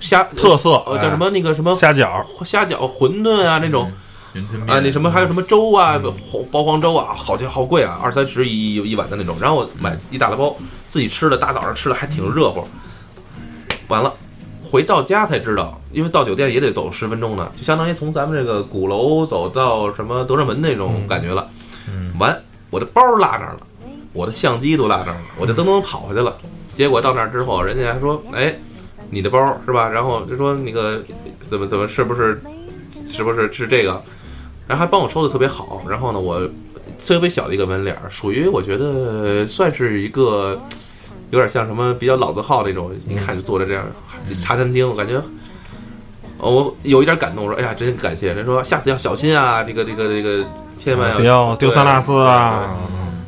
A: 虾
B: 特色
A: 呃叫什么那个什么
B: 哎虾饺，
A: 虾饺、馄饨啊那种。
D: 嗯云吞面嗯
A: 啊，那什么还有什么粥啊，红包黄粥啊，好就好贵啊，二三十一一碗的那种。然后我买一大大包，自己吃了，大早上吃了还挺热乎。完了，回到家才知道，因为到酒店也得走十分钟呢，就相当于从咱们这个鼓楼走到什么德胜门那种感觉了。
D: 嗯
A: 完，我的包落那儿了，我的相机都落那儿了，我就
B: 嗯
A: 噔噔跑回去了。结果到那儿之后，人家还说：“哎，你的包是吧？”然后就说那个怎么怎么是不是是不是是这个？然后还帮我收的特别好。然后呢，我特别小的一个门脸儿，属于我觉得算是一个有点像什么比较老字号那种，一看就坐着这样
B: 嗯
A: 茶餐厅，我感觉。哦我有一点感动，我说：“哎呀，真感谢！”人说：“下次要小心啊，这个、这个、这个，千万要
B: 啊不要丢三落四啊。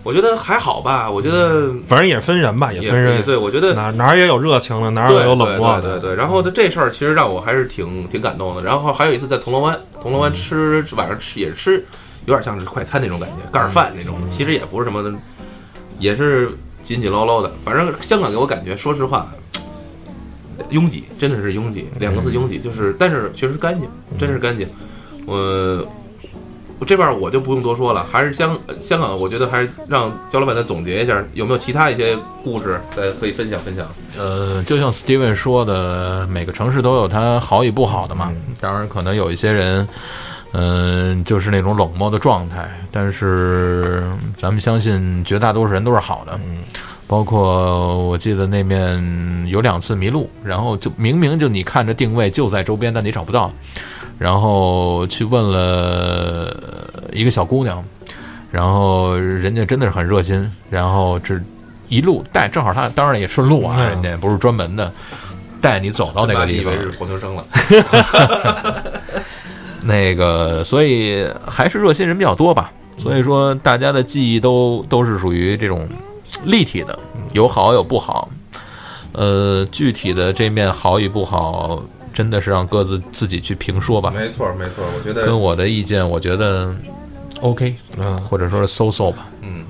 A: 我觉得还好吧，我觉得
B: 反嗯正也分人吧，
A: 也
B: 分人，
A: 对，我觉得
B: 哪哪儿也有热情的，哪儿
A: 对
B: 也有冷漠
A: 对对
B: 的。
A: 对。然后这事儿其实让我还是挺挺感动的。然后还有一次在铜锣湾，
B: 嗯
A: 铜锣湾吃晚上吃也是吃，有点像是快餐那种感觉，盖儿饭那种，
B: 嗯
A: 其实也不是什么的，也是紧紧捞捞的。反正香港给我感觉，说实话。拥挤真的是拥挤，两
B: 嗯
A: 个字拥挤，就是，但是确实干净，真是干净。我我这边我就不用多说了，还是香呃香港，我觉得还是让焦老板再总结一下，有没有其他一些故事再可以分享分享？
D: 呃，就像 Steven 说的，每个城市都有它好与不好的嘛。
A: 嗯
D: 当然，可能有一些人，嗯、就是那种冷漠的状态，但是咱们相信绝大多数人都是好的。
B: 嗯，
D: 包括我记得那面有两次迷路，然后就明明就你看着定位就在周边，但你找不到，然后去问了一个小姑娘，然后人家真的是很热心，然后这一路带，正好她当然也顺路啊，
B: 嗯
D: 人家也不是专门的，带你走哦到那个
A: 你
D: 地
A: 以
D: 方啊
A: 为，是黄秋生了？
D: 那个所以还是热心人比较多吧，所以说大家的记忆都都是属于这种立体的，有好有不好。呃，具体的这面好与不好，真的是让各自自己去评说吧。
A: 没错没错，我觉得
D: 跟我的意见，我觉得 OK，
B: 嗯，
D: 或者说是 so so 吧。
A: 嗯，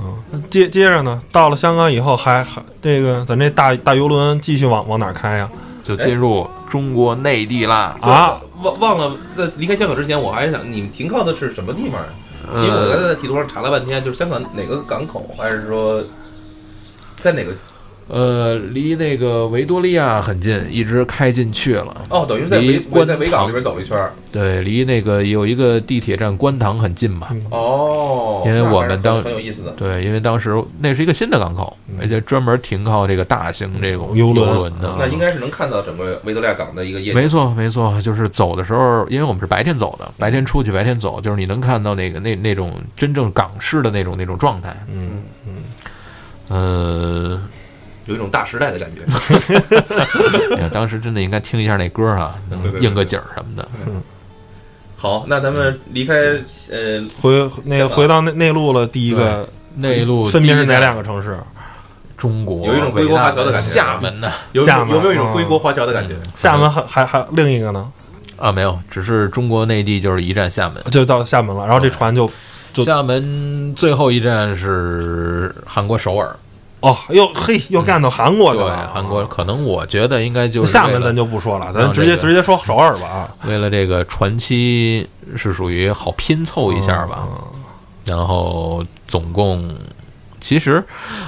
B: 接接着呢，到了香港以后还，还这个咱这大大游轮继续往往哪儿开呀？
D: 就进入中国内地啦。
B: 啊，
A: 忘忘了在离开香港之前，我还想你们停靠的是什么地方？啊因为我刚
D: 呃，
A: 才在地图上查了半天，就是香港哪个港口，还是说在哪个？
D: 呃，离那个维多利亚很近，一直开进去了。
A: 哦，等于在
D: 离
A: 维我
D: 观
A: 在维港
D: 塘
A: 那边走一圈儿。
D: 对，离那个有一个地铁站观塘很近吧？
A: 哦，
D: 因为
A: 那
D: 我
A: 还是
D: 们当
A: 很很有意思的。
D: 对，因为当时那是一个新的港口，
A: 嗯
D: 而且专门停靠这个大型这种
B: 游
D: 游
B: 轮
D: 轮的。
A: 啊那应该是能看到整个维多利亚港的一个夜景。
D: 没错，没错，就是走的时候，因为我们是白天
A: 嗯
D: 走的，白天出去，白天走，就是你能看到那个那那种真正港式的那种那种状态。
B: 嗯，
D: 呃，
A: 有一种大时代的感觉。
D: 嗯哎呀当时真的应该听一下那歌啊，
A: 对对
D: 能
A: 对
D: 应个景儿什么的。
A: 好，那咱
D: 嗯
A: 们离开呃
B: 回那
A: 香
B: 个
A: 港
B: 回到内内陆了，第一个
D: 内陆
B: 分别是哪
D: 第一站
B: 两个城市？
D: 中国
A: 有一种归国华侨的感觉
D: 厦门嗯呢？
A: 有
B: 厦门
A: 有没有一种归国华侨的感觉？
B: 厦门还还还另一个呢，
D: 啊，没有，只是中国内地就是一站厦门。
B: 就到厦门了。然后这船就就
D: 厦门最后一站是韩国首尔，
B: 哦，又嘿，又干到韩国去
D: 对，
B: 了。
D: 韩国可能我觉得应该就是
B: 厦
D: 为
B: 门
D: 了
B: 咱就不说了，
D: 让
B: 咱直接
D: 这个
B: 直接说首尔吧啊。
D: 嗯
B: 嗯
D: 为了这个传奇是属于好拼凑一下吧，然后总共其实，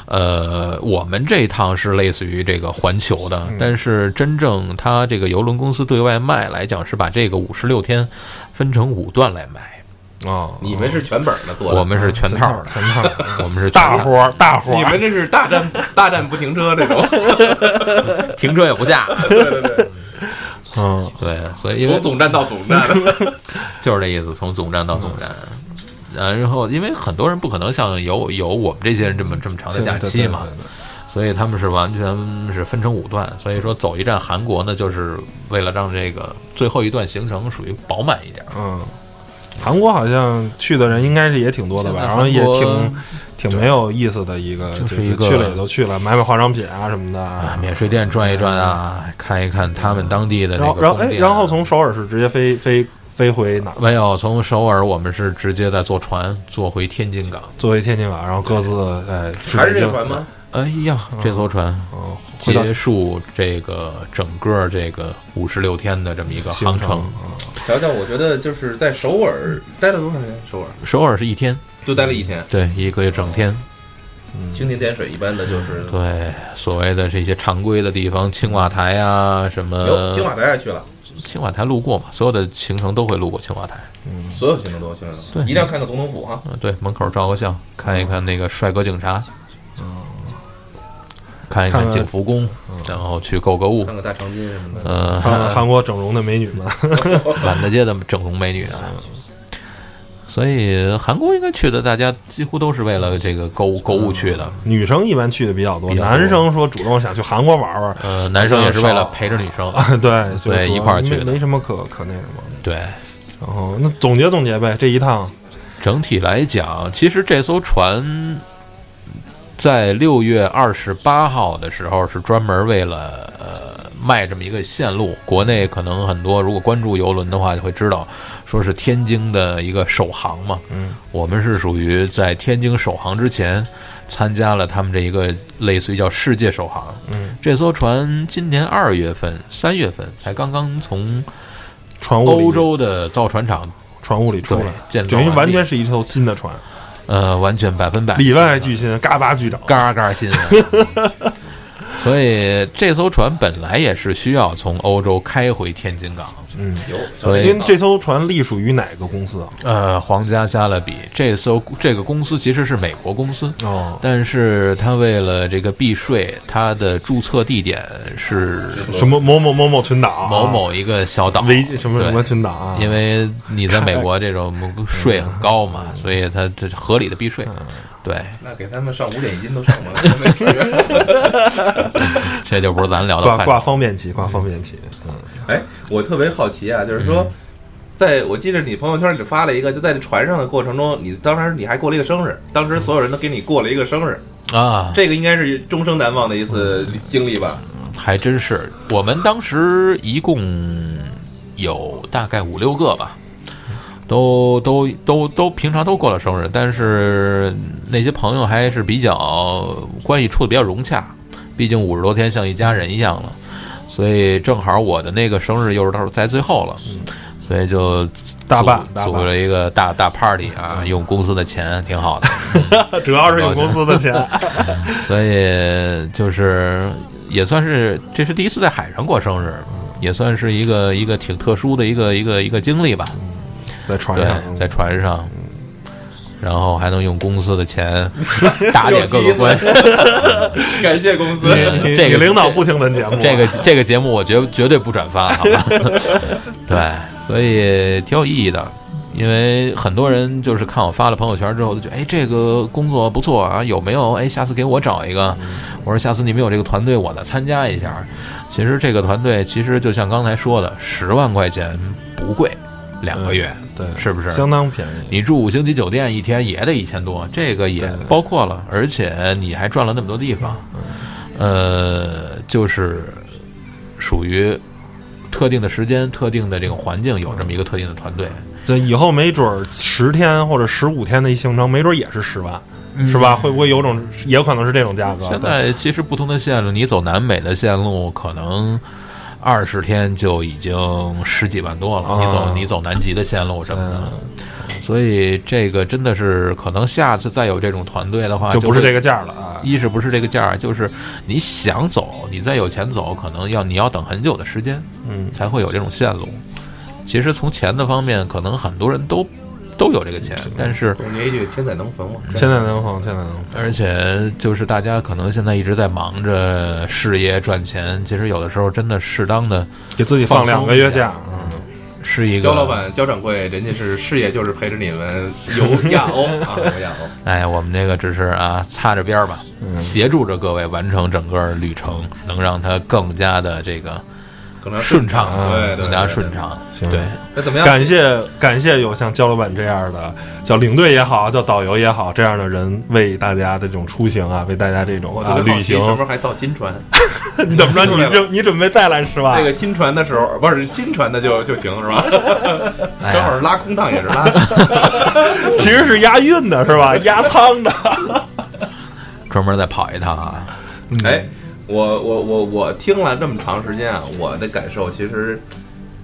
D: 呃，我们这一趟是类似于这个环球的，但是真正它这个游轮公司对外卖来讲，是把这个五十六天分成五段来卖，
B: 啊，
A: 你们是全本儿的做的，
D: 我们是全套的，
B: 全套，
D: 我们是 全
B: 大
D: 套
B: 活儿大活儿，
A: 你们这是大 战大战不停车这种，
D: 停车也不 下，
A: 对对对，
B: 嗯，
D: 对，所以因为
A: 从总站到总 站，
D: 就是这意思，从总站到总站。呃，然后因为很多人不可能像有有我们这些人这么这么长的
B: 对
D: 假
B: 对
D: 期
B: 对
D: 嘛
B: 对，对
D: 所以他们是完全是分成五段，所以说走一站韩国呢，就是为了让这个最后一段行程属于饱满一点儿。
B: 嗯，韩国好像去的人应该是也挺多的吧，
D: 现在
B: 然后也
D: 啊韩国
B: 挺挺没有意思的一个，
D: 就
B: 就是
D: 一个
B: 去了也就去了，买买化妆品啊什么的
D: 啊
B: 啊，。
D: 免税店转一转啊，看一看他们当地的这
B: 然
D: 个啊
B: 后然后
D: 宫
B: 哎，
D: 殿。
B: 然后从首尔是直接飞飞飞回哪？
D: 没有从首尔，我们是直接在坐船坐回天津港。
B: 坐回天津港，然后各自哎
A: 还是这船？吗？
D: 哎呀，这艘船
B: 去北京嗯，回到
D: 结束这个整个这个五十六天的这么一个航
B: 行
D: 程，
B: 嗯
A: 瞧瞧，我觉得就是在首尔待了多长时间？首尔
D: 首尔是一天，
A: 就待了一天，
D: 对，一个整天，
B: 嗯
A: 蜻蜓点水一般的就是。
D: 对，所谓的这些常规的地方，青瓦台啊，什么
A: 有青瓦台也去了，
D: 青瓦台路过嘛，所有的行程都会路过青瓦台。
B: 嗯
A: 所有行程都去了，
D: 对
A: 一定要看看总统府哈。
D: 嗯，对，门口照个相，看一看那个帅哥警察，看一
B: 看看
D: 景福宫，然后去购购物
A: 看，看大长今什么的，
D: 呃，
B: 韩韩国整容的美女们，
D: 满大街的整容美女啊。所以韩国应该去的，大家几乎都是为了这个购物购物去的。
B: 女生一般去的比较多，
D: 比较多
B: 男生说主动想去韩国玩玩，
D: 呃，男生也是为了陪着女 生，
B: 对，就
D: 对
B: 主要
D: 一块儿去
B: 没
D: 的
B: 没什么可可那什么的。
D: 对，
B: 然后那总结总结呗，这一趟
D: 整体来讲，其实这艘船在六月二十八号的时候是专门为了呃卖这么一个线路。国内可能很多如果关注游轮的话，就会知道，说是天津的一个首航嘛。
B: 嗯，
D: 我们是属于在天津首航之前参加了他们这一个类似于叫世界首航。
B: 嗯，
D: 这艘船今年二月份、三月份才刚刚从
B: 船坞里
D: 欧洲的造船厂。
B: 船坞里出
D: 对
B: 来，
D: 建造
B: 等于
D: 完
B: 完
D: 毕
B: 全是一艘新的船，
D: 呃，完全百分百
B: 里外巨新，嘎巴巨长。
D: 嘎嘎新啊！ 所以这艘船本来也是需要从欧洲开回天津港，
B: 嗯，
A: 有。
D: 所以
B: 您这艘船隶属于哪个公司啊？
D: 呃，皇家加勒比这艘这个公司其实是美国公司，
B: 哦，
D: 但是它为了这个避税，它的注册地点是
B: 什么某某某某群岛啊，
D: 某某一个小岛，
B: 维什么
D: 对
B: 什么群岛啊？
D: 因为你在美国这种税很高嘛，所以它这合理的避税，
B: 嗯
D: 对，
A: 那给他们上五点一金都上不来， 没出去。
D: 这就不是咱聊的
B: 挂
D: 范
B: 挂
D: 畴。
B: 方便旗，挂方便旗。
A: 哎，我特别好奇啊，就是说，
D: 嗯
A: 在我记得你朋友圈里发了一个，就在船上的过程中，你当时你还过了一个生日，当时所有人都给你过了一个生日，
D: 啊，
A: 这个应该是终生难忘的一次
D: 嗯
A: 经历吧？
D: 还真是，我们当时一共有大概五六个吧，都都都都平常都过了生日，但是那些朋友还是比较关系处的比较融洽，毕竟五十多天像一家人一样了，所以正好我的那个生日又是到时候在最后了，所以就
B: 大办
D: 组
B: 大
D: 组
B: 办，
D: 了一个大大 party 啊，用公司的钱挺好的。
B: 主要是用公司的钱。
D: 所以就是也算是这是第一次在海上过生日，嗯也算是一个一个挺特殊的一个一个一个经历吧。
B: 在船
D: 对，
B: 上，
D: 在船上，然后还能用公司的钱打点各个关系。
A: 感谢公司，
B: 你
D: 这
B: 你
D: 个
B: 领导不听咱节目啊，
D: 这个这个节目我绝绝对不转发，好吧？ 对，所以挺有意义的。因为很多人就是看我发了朋友圈之后，就觉得哎，这个工作不错啊，有没有？哎，下次给我找一个。我说下次你们有这个团队，我再参加一下。其实这个团队其实就像刚才说的，十万块钱不贵，两个月、
B: 嗯对
D: 是不是？
B: 相当便宜。
D: 你住五星级酒店一天也得一千多，这个也包括了，而且你还转了那么多地方，
B: 嗯
D: 呃，就是属于特定的时间、特定的这个环境，有这么一个特定的团队，
B: 这以后没准儿十天或者十五天的一行程，没准儿也是十万，是吧？会不会有种也有可能是这种价格？
D: 嗯现在其实不同的线路，你走南美的线路可能。二十天就已经十几万多了，
B: 啊嗯
D: 你走你走南极的线路什么的，所以这个真的是可能下次再有这种团队的话，
B: 就不是
D: 会
B: 这个价了啊。
D: 一是不是这个价儿，就是你想走，你再有钱走，可能要你要等很久的时间
B: 嗯，
D: 才会有这种线路。其实从钱的方面，可能很多人都都有这个钱，但是
A: 总结一句：千载能逢嘛。
B: 现在能放，现在能放。
D: 而且就是大家可能现在一直在忙着事业赚钱，其实有的时候真的适当的
B: 给自己放两个月假，嗯，
D: 是一个
A: 焦老。板、焦掌柜，人家是事业就是陪着你们游亚 欧啊，游亚欧。
D: 哎，我们这个只是啊擦着边儿吧，协助着各位完成整个旅程，能让它更加的这个
A: 可能
D: 顺畅，啊
A: 对，对
D: 更加顺。畅。
B: 行
D: 对，
A: 对对那怎么样？
B: 感谢感谢有像焦老板这样的叫领队也好，叫导游也好，这样的人为大家的这种出行啊，为大家这种
A: 我特
B: 啊
A: 别好
B: 旅
A: 奇，
B: 行
A: 什，么时候还造新船？
B: 你怎么着？你准你准备再来是吧？
D: 啊
A: 这个新船的时候，不是新船的就就行是吧？
D: 哎
A: 正好
D: 呀，
A: 是拉空档也是拉。
B: 其实是押韵的是 吧？押汤的。
D: 专门再跑一趟啊。
A: 哎，我我我我听了这么长时间啊，我的感受其实，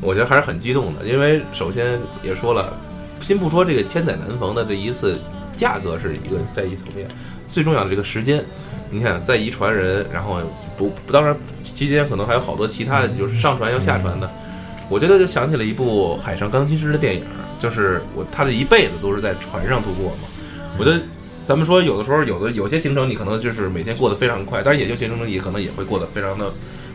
A: 我觉得还是很激动的，因为首先也说了，先不说这个千载难逢的这一次价格是一个在一层面，最重要的这个时间，你看在一船人，然后不当然期间可能还有好多其他的，就是上船要下船的，我觉得就想起了一部海上钢琴师的电影，就是我他这一辈子都是在船上度过嘛，我觉得。咱们说，有的时候有的有些行程，你可能就是每天过得非常快，但是也就行程你可能也会过得非常的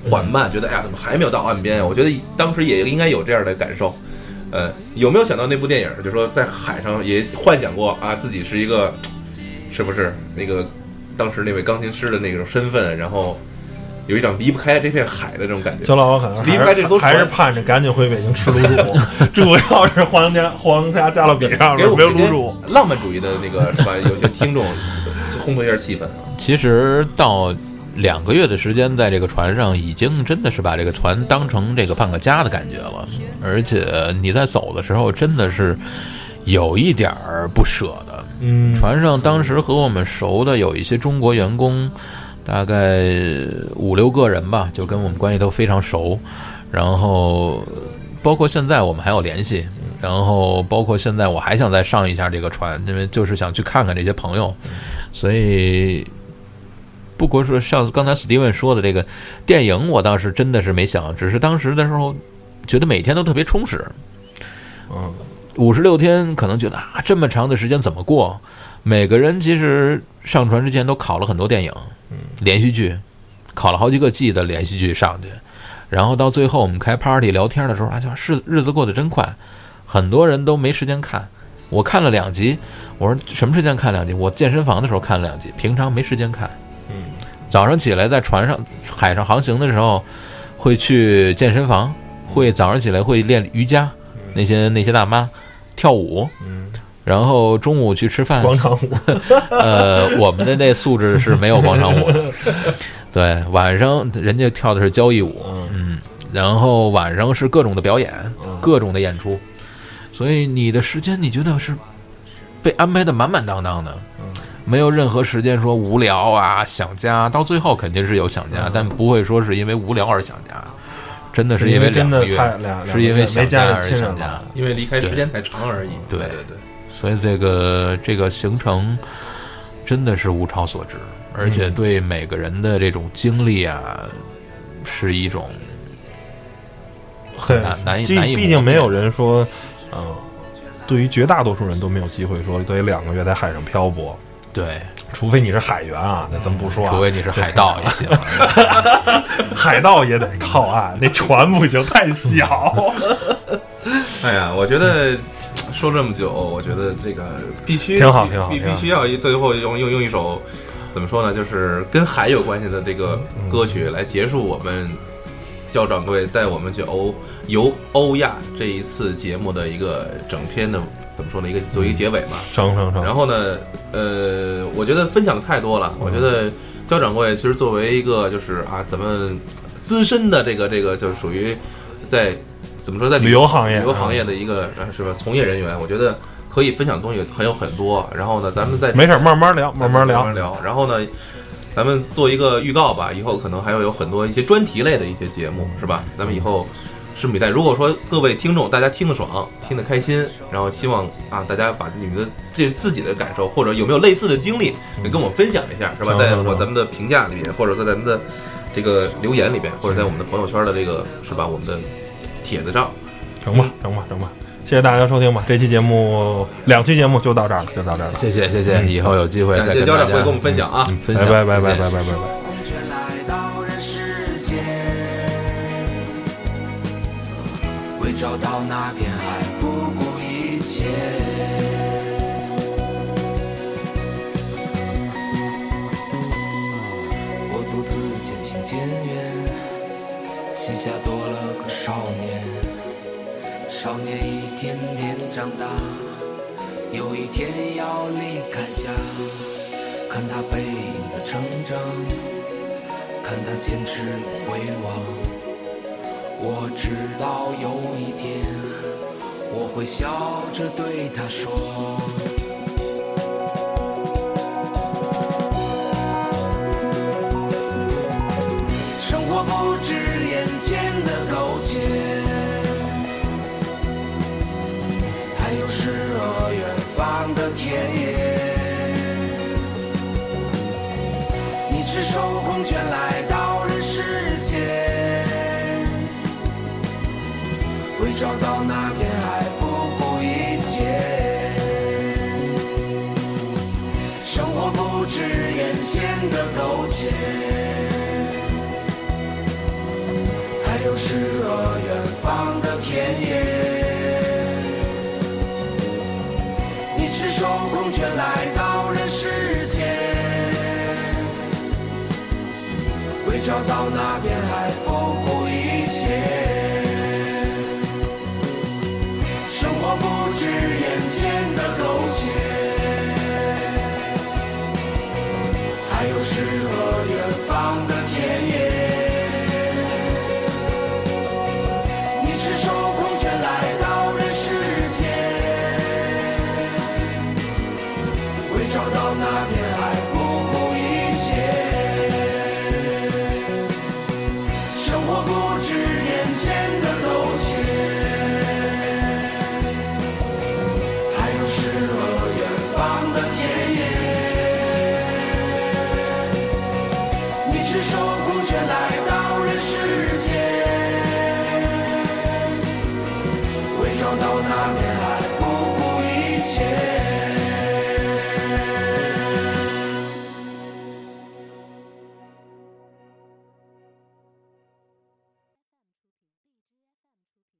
A: 缓慢，觉得哎呀，怎么还没有到岸边啊？我觉得当时也应该有这样的感受。呃，有没有想到那部电影，就说在海上也幻想过啊，自己是一个，是不是那个当时那位钢琴师的那种身份，然后有一种离不开这片海的这种感觉。
B: 焦老板可能
A: 离不开
B: 还
A: 这
B: 是
A: 艘船
B: 还是盼着赶紧回北京吃卤 煮，主要是皇家皇家加勒比上
A: 给
B: 面
A: 我
B: 没有
A: 们这
B: 卤
A: 些
B: 煮。
A: 浪漫主义的那个是吧？有些听众 烘托一下气氛啊。
D: 其实到两个月的时间，在这个船上，已经真的是把这个船当成这个半个家的感觉了。而且你在走的时候，真的是有一点儿不舍的。
B: 嗯，
D: 船上当时和我们熟的有一些中国员工，大概五六个人吧，就跟我们关系都非常熟。然后包括现在我们还有联系，然后包括现在我还想再上一下这个船，因为就是想去看看这些朋友，所以。不过说上次刚才 Steven 说的这个电影，我倒是真的是没想，只是当时的时候觉得每天都特别充实，
B: 嗯，
D: 五十六天可能觉得啊，这么长的时间怎么过？每个人其实上船之前都考了很多电影，连续剧，考了好几个季的连续剧上去，然后到最后我们开 party 聊天的时候，啊，就是日子过得真快，很多人都没时间看。我看了两集，我说什么时间看两集？我健身房的时候看了两集，平常没时间看。
B: 嗯，
D: 早上起来在船上海上航行的时候，会去健身房，会早上起来会练瑜伽，那些那些大妈跳舞，
B: 嗯，
D: 然后中午去吃饭，
B: 广场舞，
D: 呃，我们的那素质是没有广场舞的。对，晚上人家跳的是交谊舞，嗯，然后晚上是各种的表演，
B: 嗯
D: 各种的演出，所以你的时间你觉得是被安排的满满当当的，
B: 嗯
D: 没有任何时间说无聊啊、想家，到最后肯定是有想
B: 嗯
D: 家，但不会说是因为无聊而想家，真的是
B: 因
D: 为
B: 真
D: 两
B: 的
D: 个月，
B: 太两，
D: 是因为
B: 没
D: 想
B: 家
D: 家
B: 人
D: 而
B: 亲
D: 想
B: 人
D: 家
B: 了。。
A: 因为离开时间太长而已。
D: 对
A: 对对。
D: 所以这个这个行程真的是物超所值，而且对每个人的这种经历啊，是一种
B: 对
D: 很难难以
B: 毕
D: 难以
B: 毕
D: 磨
B: 竟没
D: 灭
B: 有人说，嗯、对于绝大多数人都没有机会说得两个月在海上漂泊，
D: 对，
B: 除非你是海员啊，那咱不说、啊，
D: 嗯除非你是海盗也行。
B: 海盗也得靠岸，那船不行，太 小。
A: 哎呀，我觉得 说这么久，我觉得这个必须
B: 挺好挺好
A: 必
B: 挺好
A: 必须要一最后用用用一首怎么说呢，就是跟海有关系的这个
B: 嗯
A: 歌曲来结束我们焦掌柜带我们去欧游欧亚这一次节目的一个整篇的怎么说呢，一个做一个结尾吧。
B: 成成成，
A: 然后呢，呃，我觉得分享的太多了。我觉得焦掌柜其实作为一个就是啊，咱们资深的这个这个就是属于在怎么说在
B: 旅游行业啊
A: 旅游行业的一个呃是吧从业人员，我觉得可以分享的东西很有很多。然后呢，咱们再
B: 没事，慢慢聊，慢慢
A: 聊
B: 聊
A: 慢慢。聊。然后呢，咱们做一个预告吧，以后可能还会有很多一些专题类的一些节目，是吧？咱们以后。拭目以待。如果说各位听众大家听得爽，听得开心，然后希望啊大家把你们的这自己的感受或者有没有类似的经历，也跟我们分享一下，是吧？
B: 行
A: 在
B: 嗯行
A: 我
B: 行
A: 咱们的评价里面，或者在咱们的这个留言里面，或者在我们的朋友圈的这个是吧我们的帖子上。
B: 成吧，成吧，成吧。谢谢大家收听吧，这期节目两期节目就到这儿了，就到这儿了，
D: 谢谢谢谢，以后有机会
A: 嗯感
D: 再
A: 谢
D: 跟
A: 焦
D: 大
A: 掌
D: 家
A: 柜跟我们分享啊。
D: 嗯分
B: 拜
D: 享，
B: 拜拜
D: 谢
B: 拜
D: 谢
B: 拜拜拜拜。
E: 空却来到人世间，为找到那片海不顾一切。我独自渐行渐远，膝下多了个少年，少年一天天长大，有一天要离开家。看他背影的成长，看他坚持的回望。我知道有一天，我会笑着对他说。生活不止眼前的苟且，还有诗和远方的田野。你赤手空拳来到人世间，为找到那片海不顾一切。生活不止眼前的苟且，还有诗和远方的田野。你赤手空拳来到人世间，为找到那片海不顾一切。生活不止眼前的苟且，还有诗和远方的田野。你赤手空拳来到人世间。为找到那片海不顾一切。生活不止眼前的苟且，还有诗和远方的田野。你赤手空拳来到人世间，